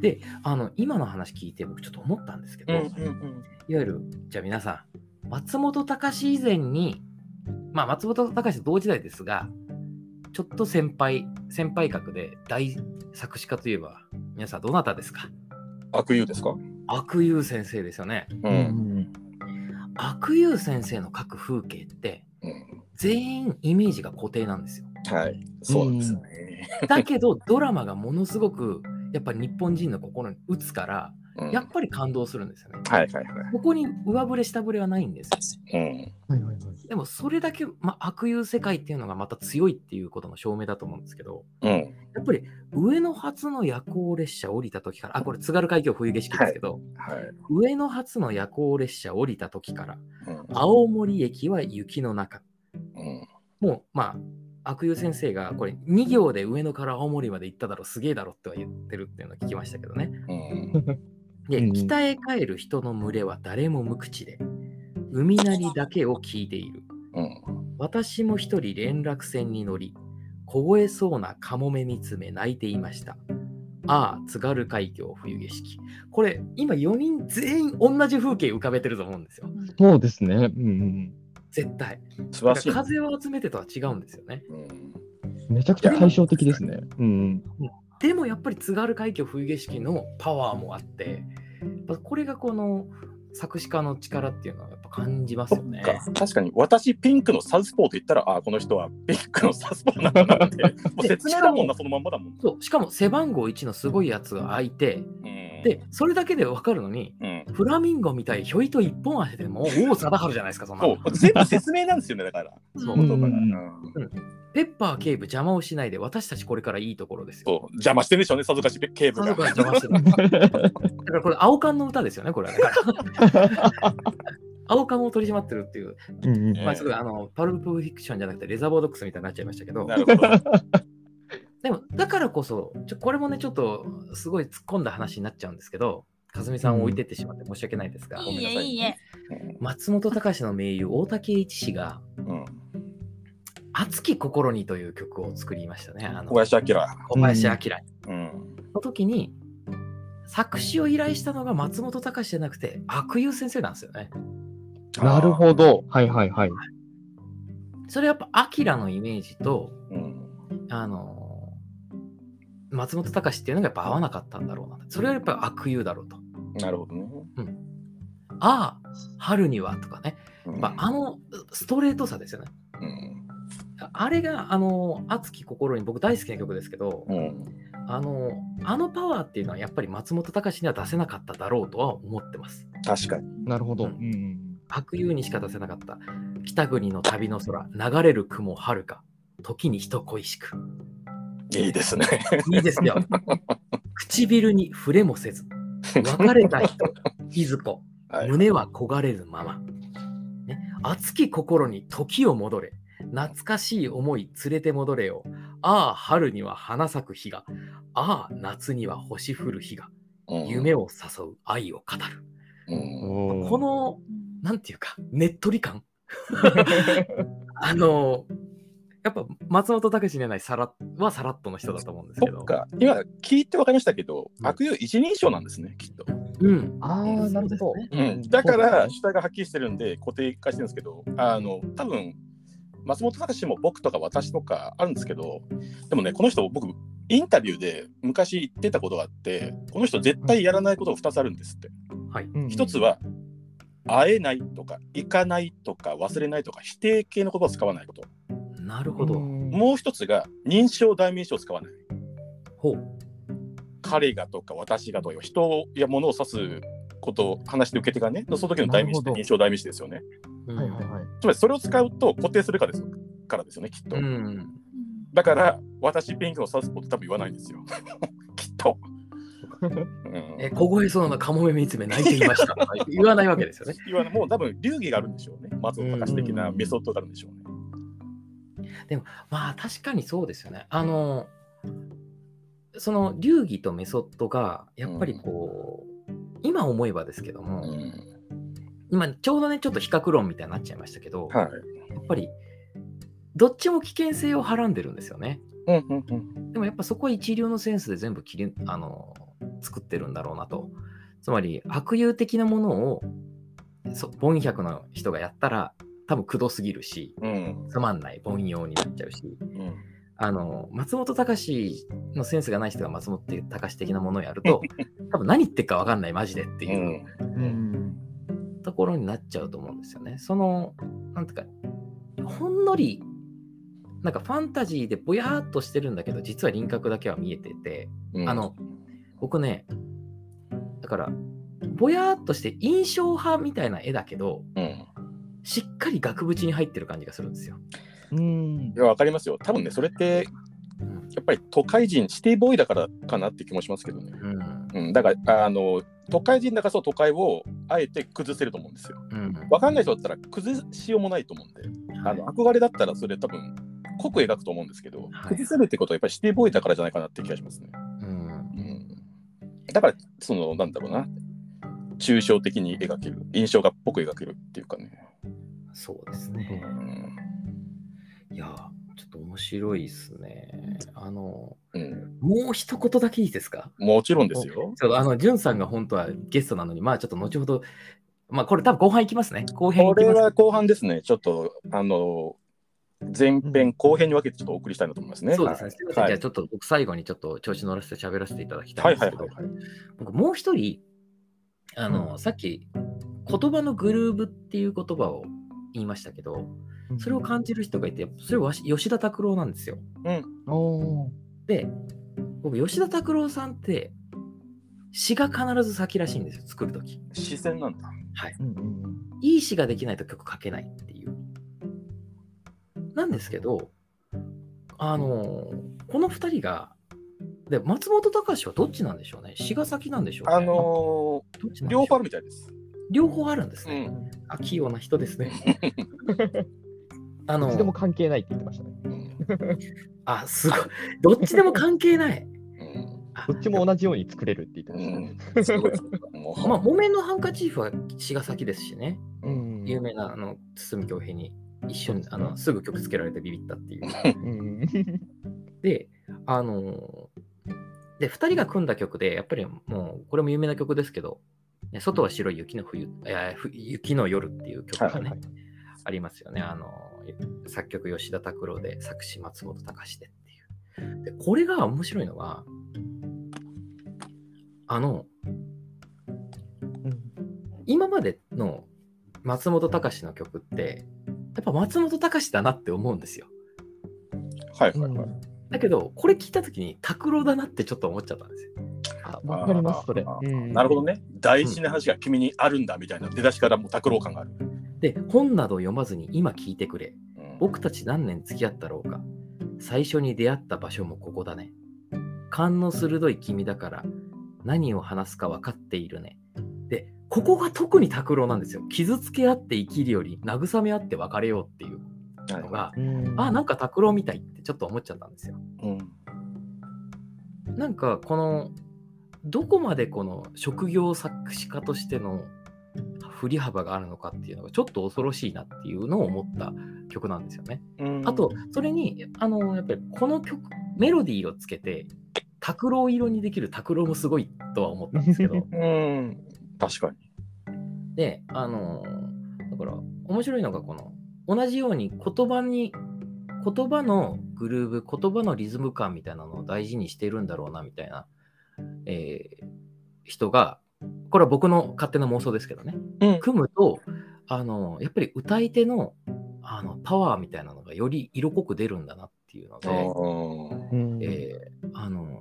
S2: で、あの、今の話聞いて、僕ちょっと思ったんですけど、
S3: うん
S2: いわゆる、じゃあ皆さん、松本隆以前に、まあ松本隆と同時代ですが、ちょっと先輩、先輩格で大作詞家といえば、皆さんどなたですか
S3: 悪友ですか、
S2: 悪友先生ですよね。
S3: う
S5: うんん。
S2: 悪友先生の書く風景って、
S3: うん、
S2: 全員イメージが固定なんですよ。
S3: はい、そうなんですね。
S2: だけど、ドラマがものすごく、やっぱ日本人の心に打つから、
S3: うん
S2: やっぱり感動するんですよね。
S3: はいはいはい。
S2: ここに上振れ下振れはないんですよね。
S3: うん、
S5: はいはいはい。
S2: でもそれだけ、まあ、悪友世界っていうのがまた強いっていうことの証明だと思うんですけど、
S3: うん、
S2: やっぱり上野発の夜行列車降りた時から、あ、これ津軽海峡冬景色ですけど、
S3: はい。
S2: 上野発の夜行列車降りた時から、
S3: うん
S2: 青森駅は雪の中。
S3: うん
S2: もう、まあ、悪友先生がこれ2行で上野から青森まで行っただろ、すげえだろっては言ってるっていうのを聞きましたけどね。
S3: うん
S2: で、
S5: うん
S2: 北へ帰る人の群れは誰も無口で、海鳴りだけを聞いている。
S3: うん
S2: 私も一人連絡船に乗り、凍えそうなカモメ見つめ泣いていました。ああ、津軽海峡冬景色。これ、今4人全員同じ風景浮かべてると思うんですよ。
S5: そうですね。うん
S2: 絶対。
S3: 素晴
S2: だ
S3: ら
S2: か
S3: しい
S2: ら。風を集めてとは違うんですよね。
S3: うん
S5: うん。めちゃくちゃ対照的ですね。うん。
S2: でもやっぱり津軽海峡冬景色のパワーもあって、やっぱこれがこの作詞家の力っていうのはやっぱ感じますよね。
S3: か確かに私ピンクのサウスポーと言ったらあーこの人はピンクのサウスポーなんだなってもう説明だもんなそのまんまだもん。
S2: そうしかも背番号1のすごいやつが開いて、
S3: うん、
S2: で、それだけでわかるのに、
S3: うん、
S2: フラミンゴみたいひょいと一本足でも王貞治じゃないですか、そんな
S3: そ
S2: の。
S3: う全部説明なんですよねだから。
S1: そう
S3: 言葉が
S5: う
S3: うんん
S2: ペッパー警部邪魔をしないで私たちこれからいいところです
S3: そう
S2: よ。
S3: 邪魔してるでしょうねさぞかし警部
S2: 家
S3: が
S2: 族。が邪魔してる。だからこれ、青缶の歌ですよね、これは。だから青缶を取り締まってるっていう、
S5: うん
S3: ね
S2: まあ、すごいあのパルプフィクションじゃなくてレザーボードックスみたいになっちゃいましたけど
S3: な、るほど。
S2: でも、だからこそ、ちょこれもね、ちょっとすごい突っ込んだ話になっちゃうんですけど、かすみさんを置いてってしまって申し訳ないですが、ご
S1: いい
S2: めんな
S1: え
S2: さい。
S1: いいえ
S2: 松本隆の盟友、大竹栄一氏が、
S3: うん。
S2: 熱き心にという曲を作りましたね。あの
S3: 小林明。
S2: 小林明
S3: うん。
S2: の時に、作詞を依頼したのが松本隆じゃなくて、悪友先生なんですよね。
S5: なるほど。はいはいはい。
S2: それやっぱ、アキラのイメージと、
S3: あー。うん。
S2: あのー松本隆っていうのがやっぱ合わなかったんだろうな。それはやっぱ悪友だろうと。
S3: なるほどね。
S2: ああ、春にはとかね。
S3: うん
S2: まあ、あのストレートさですよね。
S3: うん。
S2: あれが、あのー熱き心に僕大好きな曲ですけど、
S3: うん。
S2: あのーあのパワーっていうのはやっぱり松本隆には出せなかっただろうとは思ってます。
S3: 確かに。
S5: なるほど。
S2: う
S5: うん
S2: ん
S5: うん
S2: 悪友にしか出せなかった。北国の旅の空、流れる雲はるか、時に人恋しく。
S3: いいですね。
S2: いい ですよ。唇に触れもせず、別れた人、いずこ、
S3: はい。
S2: 胸は焦がれるまま、ね。熱き心に時を戻れ、懐かしい思い連れて戻れよ。ああ、春には花咲く日が、ああ、夏には星降る日が、
S3: うん
S2: 夢を誘う愛を語る。
S3: うん。
S5: おー
S2: この、なんていうか、ねっとり感。あの、やっぱ松本隆じゃないさらはさらっとの人だと思うんです
S3: そ
S2: けど
S3: っ。か。今、聞いて分かりましたけど、
S2: うん
S3: 悪用一人称なんですね、きっと。
S2: うん。
S5: あ
S2: う
S5: あ、
S2: ん
S5: なるほど
S2: そうで。
S3: うん、だから主体がはっきりしてるんで固定化してるんですけどあの多分松本隆も僕とか私とかあるんですけどでもねこの人僕インタビューで昔言ってたことがあってこの人絶対やらないことが2つあるんですって
S2: はい。
S3: 1つ、は会えないとか行かないとか忘れないとか否定形の言葉を使わないこと
S2: なるほ
S5: ほど。
S2: ど。
S5: も
S3: もう1つが認証代名詞を使わない
S2: ほう。
S3: 彼がとか私がとか人や物を指すこと話して受け手がねその時の代名詞って認証代名詞ですよね
S2: う
S5: うんはいはいはい。
S3: つまりそれを使うと固定するからですよからですよね、きっと。
S2: うん。
S3: だから、私、ピンクを指すこと多分言わないんですよ。 きっと。うん
S2: えー凍えそうなカモメ見つめ泣いていました。言わないわけですよね。
S3: 言わないもう多分流儀があるんでしょうね。松本隆的なメソッドがあるんでしょうね。
S2: まあ確かにそうですよね。あのその流儀とメソッドがやっぱりこう、今思えばですけども、
S3: うん
S2: 今ちょうどねちょっと比較論みたいになっちゃいましたけど、
S3: はい。
S2: やっぱりどっちも危険性をはらんでるんですよね。
S3: うんうんうん
S2: でもやっぱそこは一流のセンスで全部切りあの作ってるんだろうなと。つまり悪友的なものをそ凡百の人がやったら多分くどすぎるし
S3: うん
S2: つまんない凡庸になっちゃうし
S3: うん
S2: あの松本隆のセンスがない人が松本隆的なものをや ると多分何言ってるか分かんないマジでって
S3: う
S2: いうん
S5: うん。
S2: ところになっちゃうと思うんですよね。そのなんていうかほんのりなんかファンタジーでぼやーっとしてるんだけど実は輪郭だけは見えてて。
S3: うん
S2: あの、僕ね、だから、ぼやーっとして印象派みたいな絵だけど、
S3: うん。
S2: しっかり額縁に入ってる感じがするんですよ。
S5: うん
S3: い。や、わかりますよ。多分ね、それって、
S2: うん。
S3: やっぱり都会人、シティボーイだからかなって気もしますけどね。
S2: うん。
S3: うん、だから、あの、都会人だからそう都会をあえて崩せると思うんですよ。
S2: うん
S3: わかんない人だったら崩しようもないと思うんで。あの憧れだったらそれ多分濃く描くと思うんですけど、
S2: はい
S3: 崩せるってことはやっぱりシティボーイだからじゃないかなって気がしますね。
S2: うん
S3: うん、だからそのなんだろうな抽象的に描ける印象がっぽく描けるっていうかね。
S2: そうです
S3: う
S2: ね。
S3: ん
S2: いやー、ちょっと面白いですね。あの、
S3: うん、
S2: もう一言だけいいですか
S3: もちろんですよ。
S2: ちょっとあの、じゅんさんが本当はゲストなのに、まあちょっと後ほど、まあこれ多分後半いきますね。後編
S3: こ
S2: いき
S3: れ
S2: ます。
S3: は後半ですね、ちょっとあの前編後編に分けてちょっとお送りしたいなと思いますね。
S2: そうですね。すいません。
S3: はい
S2: じゃあちょっと僕最後にちょっと調子乗らせて喋らせていただきた
S3: はいい
S2: ん
S3: は
S2: です
S3: い
S2: け
S3: は
S2: ど
S3: い、はい。
S2: 僕もう一人あの、さっき言葉のグルーブっていう言葉を言いましたけどそれを感じる人がいてそれは吉田拓郎なんですよ
S5: おー
S2: で僕吉田拓郎さんって詩が必ず先らしいんですよ作る時
S3: 視線なんだ。
S5: うんうんうん
S2: いい詩ができないと曲書けないっていうなんですけどあのこの2人がで松本隆はどっちなんでしょうね詩が先なんでしょうね
S3: あの
S2: どっち
S3: ー
S2: なんでしょう
S3: 両方あるみたいです。
S2: 両方あるんです
S3: う
S2: ね、
S3: ん。
S2: あ器用な人ですね。 あ
S5: どっ
S2: の
S5: ちでも関係ないって言ってましたね。
S3: うん
S2: あすごいどっちでも関係ない。
S3: うん
S5: どっちも同じように作れるって言って
S3: う
S5: ましたね。
S3: ん。 すごい。もう
S2: まあ、木綿のハンカチーフは茅ヶ崎ですしね、
S5: うん
S2: 有名なあの堤恭平に一緒にあのすぐ曲つけられてビビったっていう。
S5: うん
S2: で、あのーで、2人が組んだ曲で、やっぱりもう、これも有名な曲ですけど、ね外は白い雪の冬、いやふ雪の夜っていう曲がね、
S5: はいはい
S2: ありますよね。あのー作曲吉田拓郎で、作詞松本隆でっていう。で、これが面白いのは、あの、今までの松本隆の曲って、やっぱ松本隆だなって思うんですよ。
S3: はいはいはい。
S2: だけど、これ聞いたときに、拓郎だなってちょっと思っちゃったんですよ。
S5: あわかります、それ。
S3: あ
S5: うん
S3: なるほどね。大事な話が君にあるんだみたいな出だしからもう拓郎感がある。
S2: で、本など読まずに今聞いてくれ。
S3: うん
S2: 僕たち何年付き合ったろうか。最初に出会った場所もここだね。勘の鋭い君だから、何を話すか分かっているね。で、ここが特に拓郎なんですよ。傷つけ合って生きるより、慰め合って別れようっていうのが、
S5: うん
S2: あ、なんか拓郎みたいってちょっと思っちゃったんですよ。
S3: うん
S2: なんかこのどこまでこの職業作詞家としての振り幅があるのかっていうのがちょっと恐ろしいなっていうのを思った曲なんですよね。
S3: うん
S2: あとそれにあのやっぱりこの曲メロディーをつけて拓郎色にできる拓郎もすごいとは思ったんですけど
S3: うん。確かに。
S2: であのだから面白いのがこの同じように言葉に言葉のグルーブ言葉のリズム感みたいなのを大事にしてるんだろうなみたいな、えー人がこれは僕の勝手な妄想ですけどね、
S3: うん
S2: 組むとあのやっぱり歌い手のあのパワーみたいなのがより色濃く出るんだなっていうので。
S3: う
S5: うん
S2: えーあの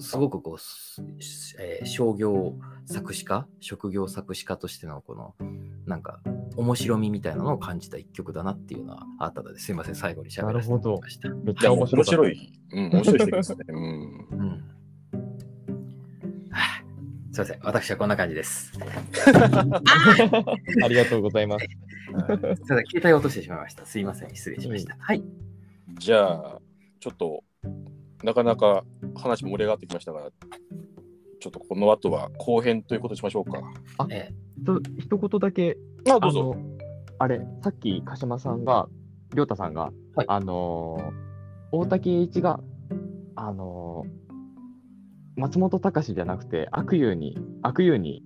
S2: すごくこうす、えー商業作詞家職業作詞家としてのこのなんか面白みみたいなのを感じた一曲だなっていうのはあったのですいません最後に喋らせてもらいました。
S5: め
S3: い
S5: っち
S3: や
S5: ゃ
S3: 面
S5: 面白かった
S3: 白。い。うん面白い指摘ですね。うん
S2: うんはあすいません私はこんな感じです。すいま
S5: ありがとうございます。
S2: せん携帯を落としてしまいました。すいません失礼しました。はい。
S3: じゃあ、ちょっと、なかなか話も盛り上がってきましたから、ちょっとこの後は後編ということにしましょうか。
S2: え
S5: と一言だけ、
S3: あ、ど
S5: あ
S3: うぞ。
S5: の、あれ、さっき鹿島さんが、亮太さんが、
S2: はい
S5: あのー、大竹栄一が、あのー、松本隆じゃなくて、悪友に、悪友に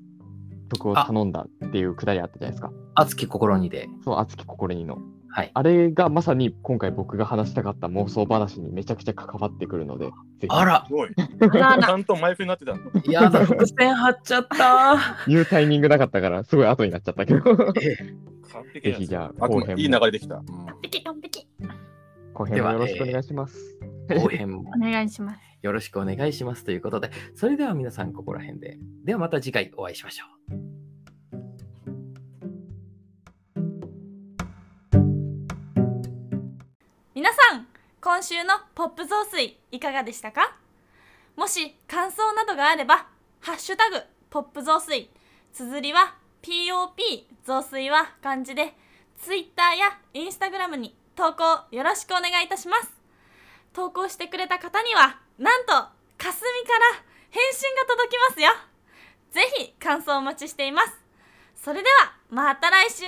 S5: 曲を頼んだっていうくだりあったじゃないですか。
S2: ー熱き心にで。
S5: そう、熱き心にの。
S2: はい。
S5: あれがまさに今回僕が話したかった妄想話にめちゃくちゃ関わってくるので、ぜひ
S2: あら
S3: すごい。
S1: あら
S3: ち
S1: ら
S3: ゃんと前振りになってた。
S2: やだ伏線張っちゃった。
S5: 言うタイミングなかったから、すごい後になっちゃったけど、
S3: 完璧
S5: ぜひじゃあ
S3: あくま
S5: 後編も
S3: いい流れできた。
S1: 完璧完璧
S5: 後編もよろしくお願いします。
S2: 後編も
S1: お願いします
S2: よろしくお願いしますということで、それでは皆さんここら辺で。ではまた次回お会いしましょう。
S6: 皆さん今週のポップ増水いかがでしたかもし感想などがあれば「ハッシュタグポップ増水」綴りは POP 増水は漢字で Twitter や Instagram に投稿よろしくお願いいたします投稿してくれた方にはなんとかすみから返信が届きますよぜひ感想お待ちしていますそれではまた来週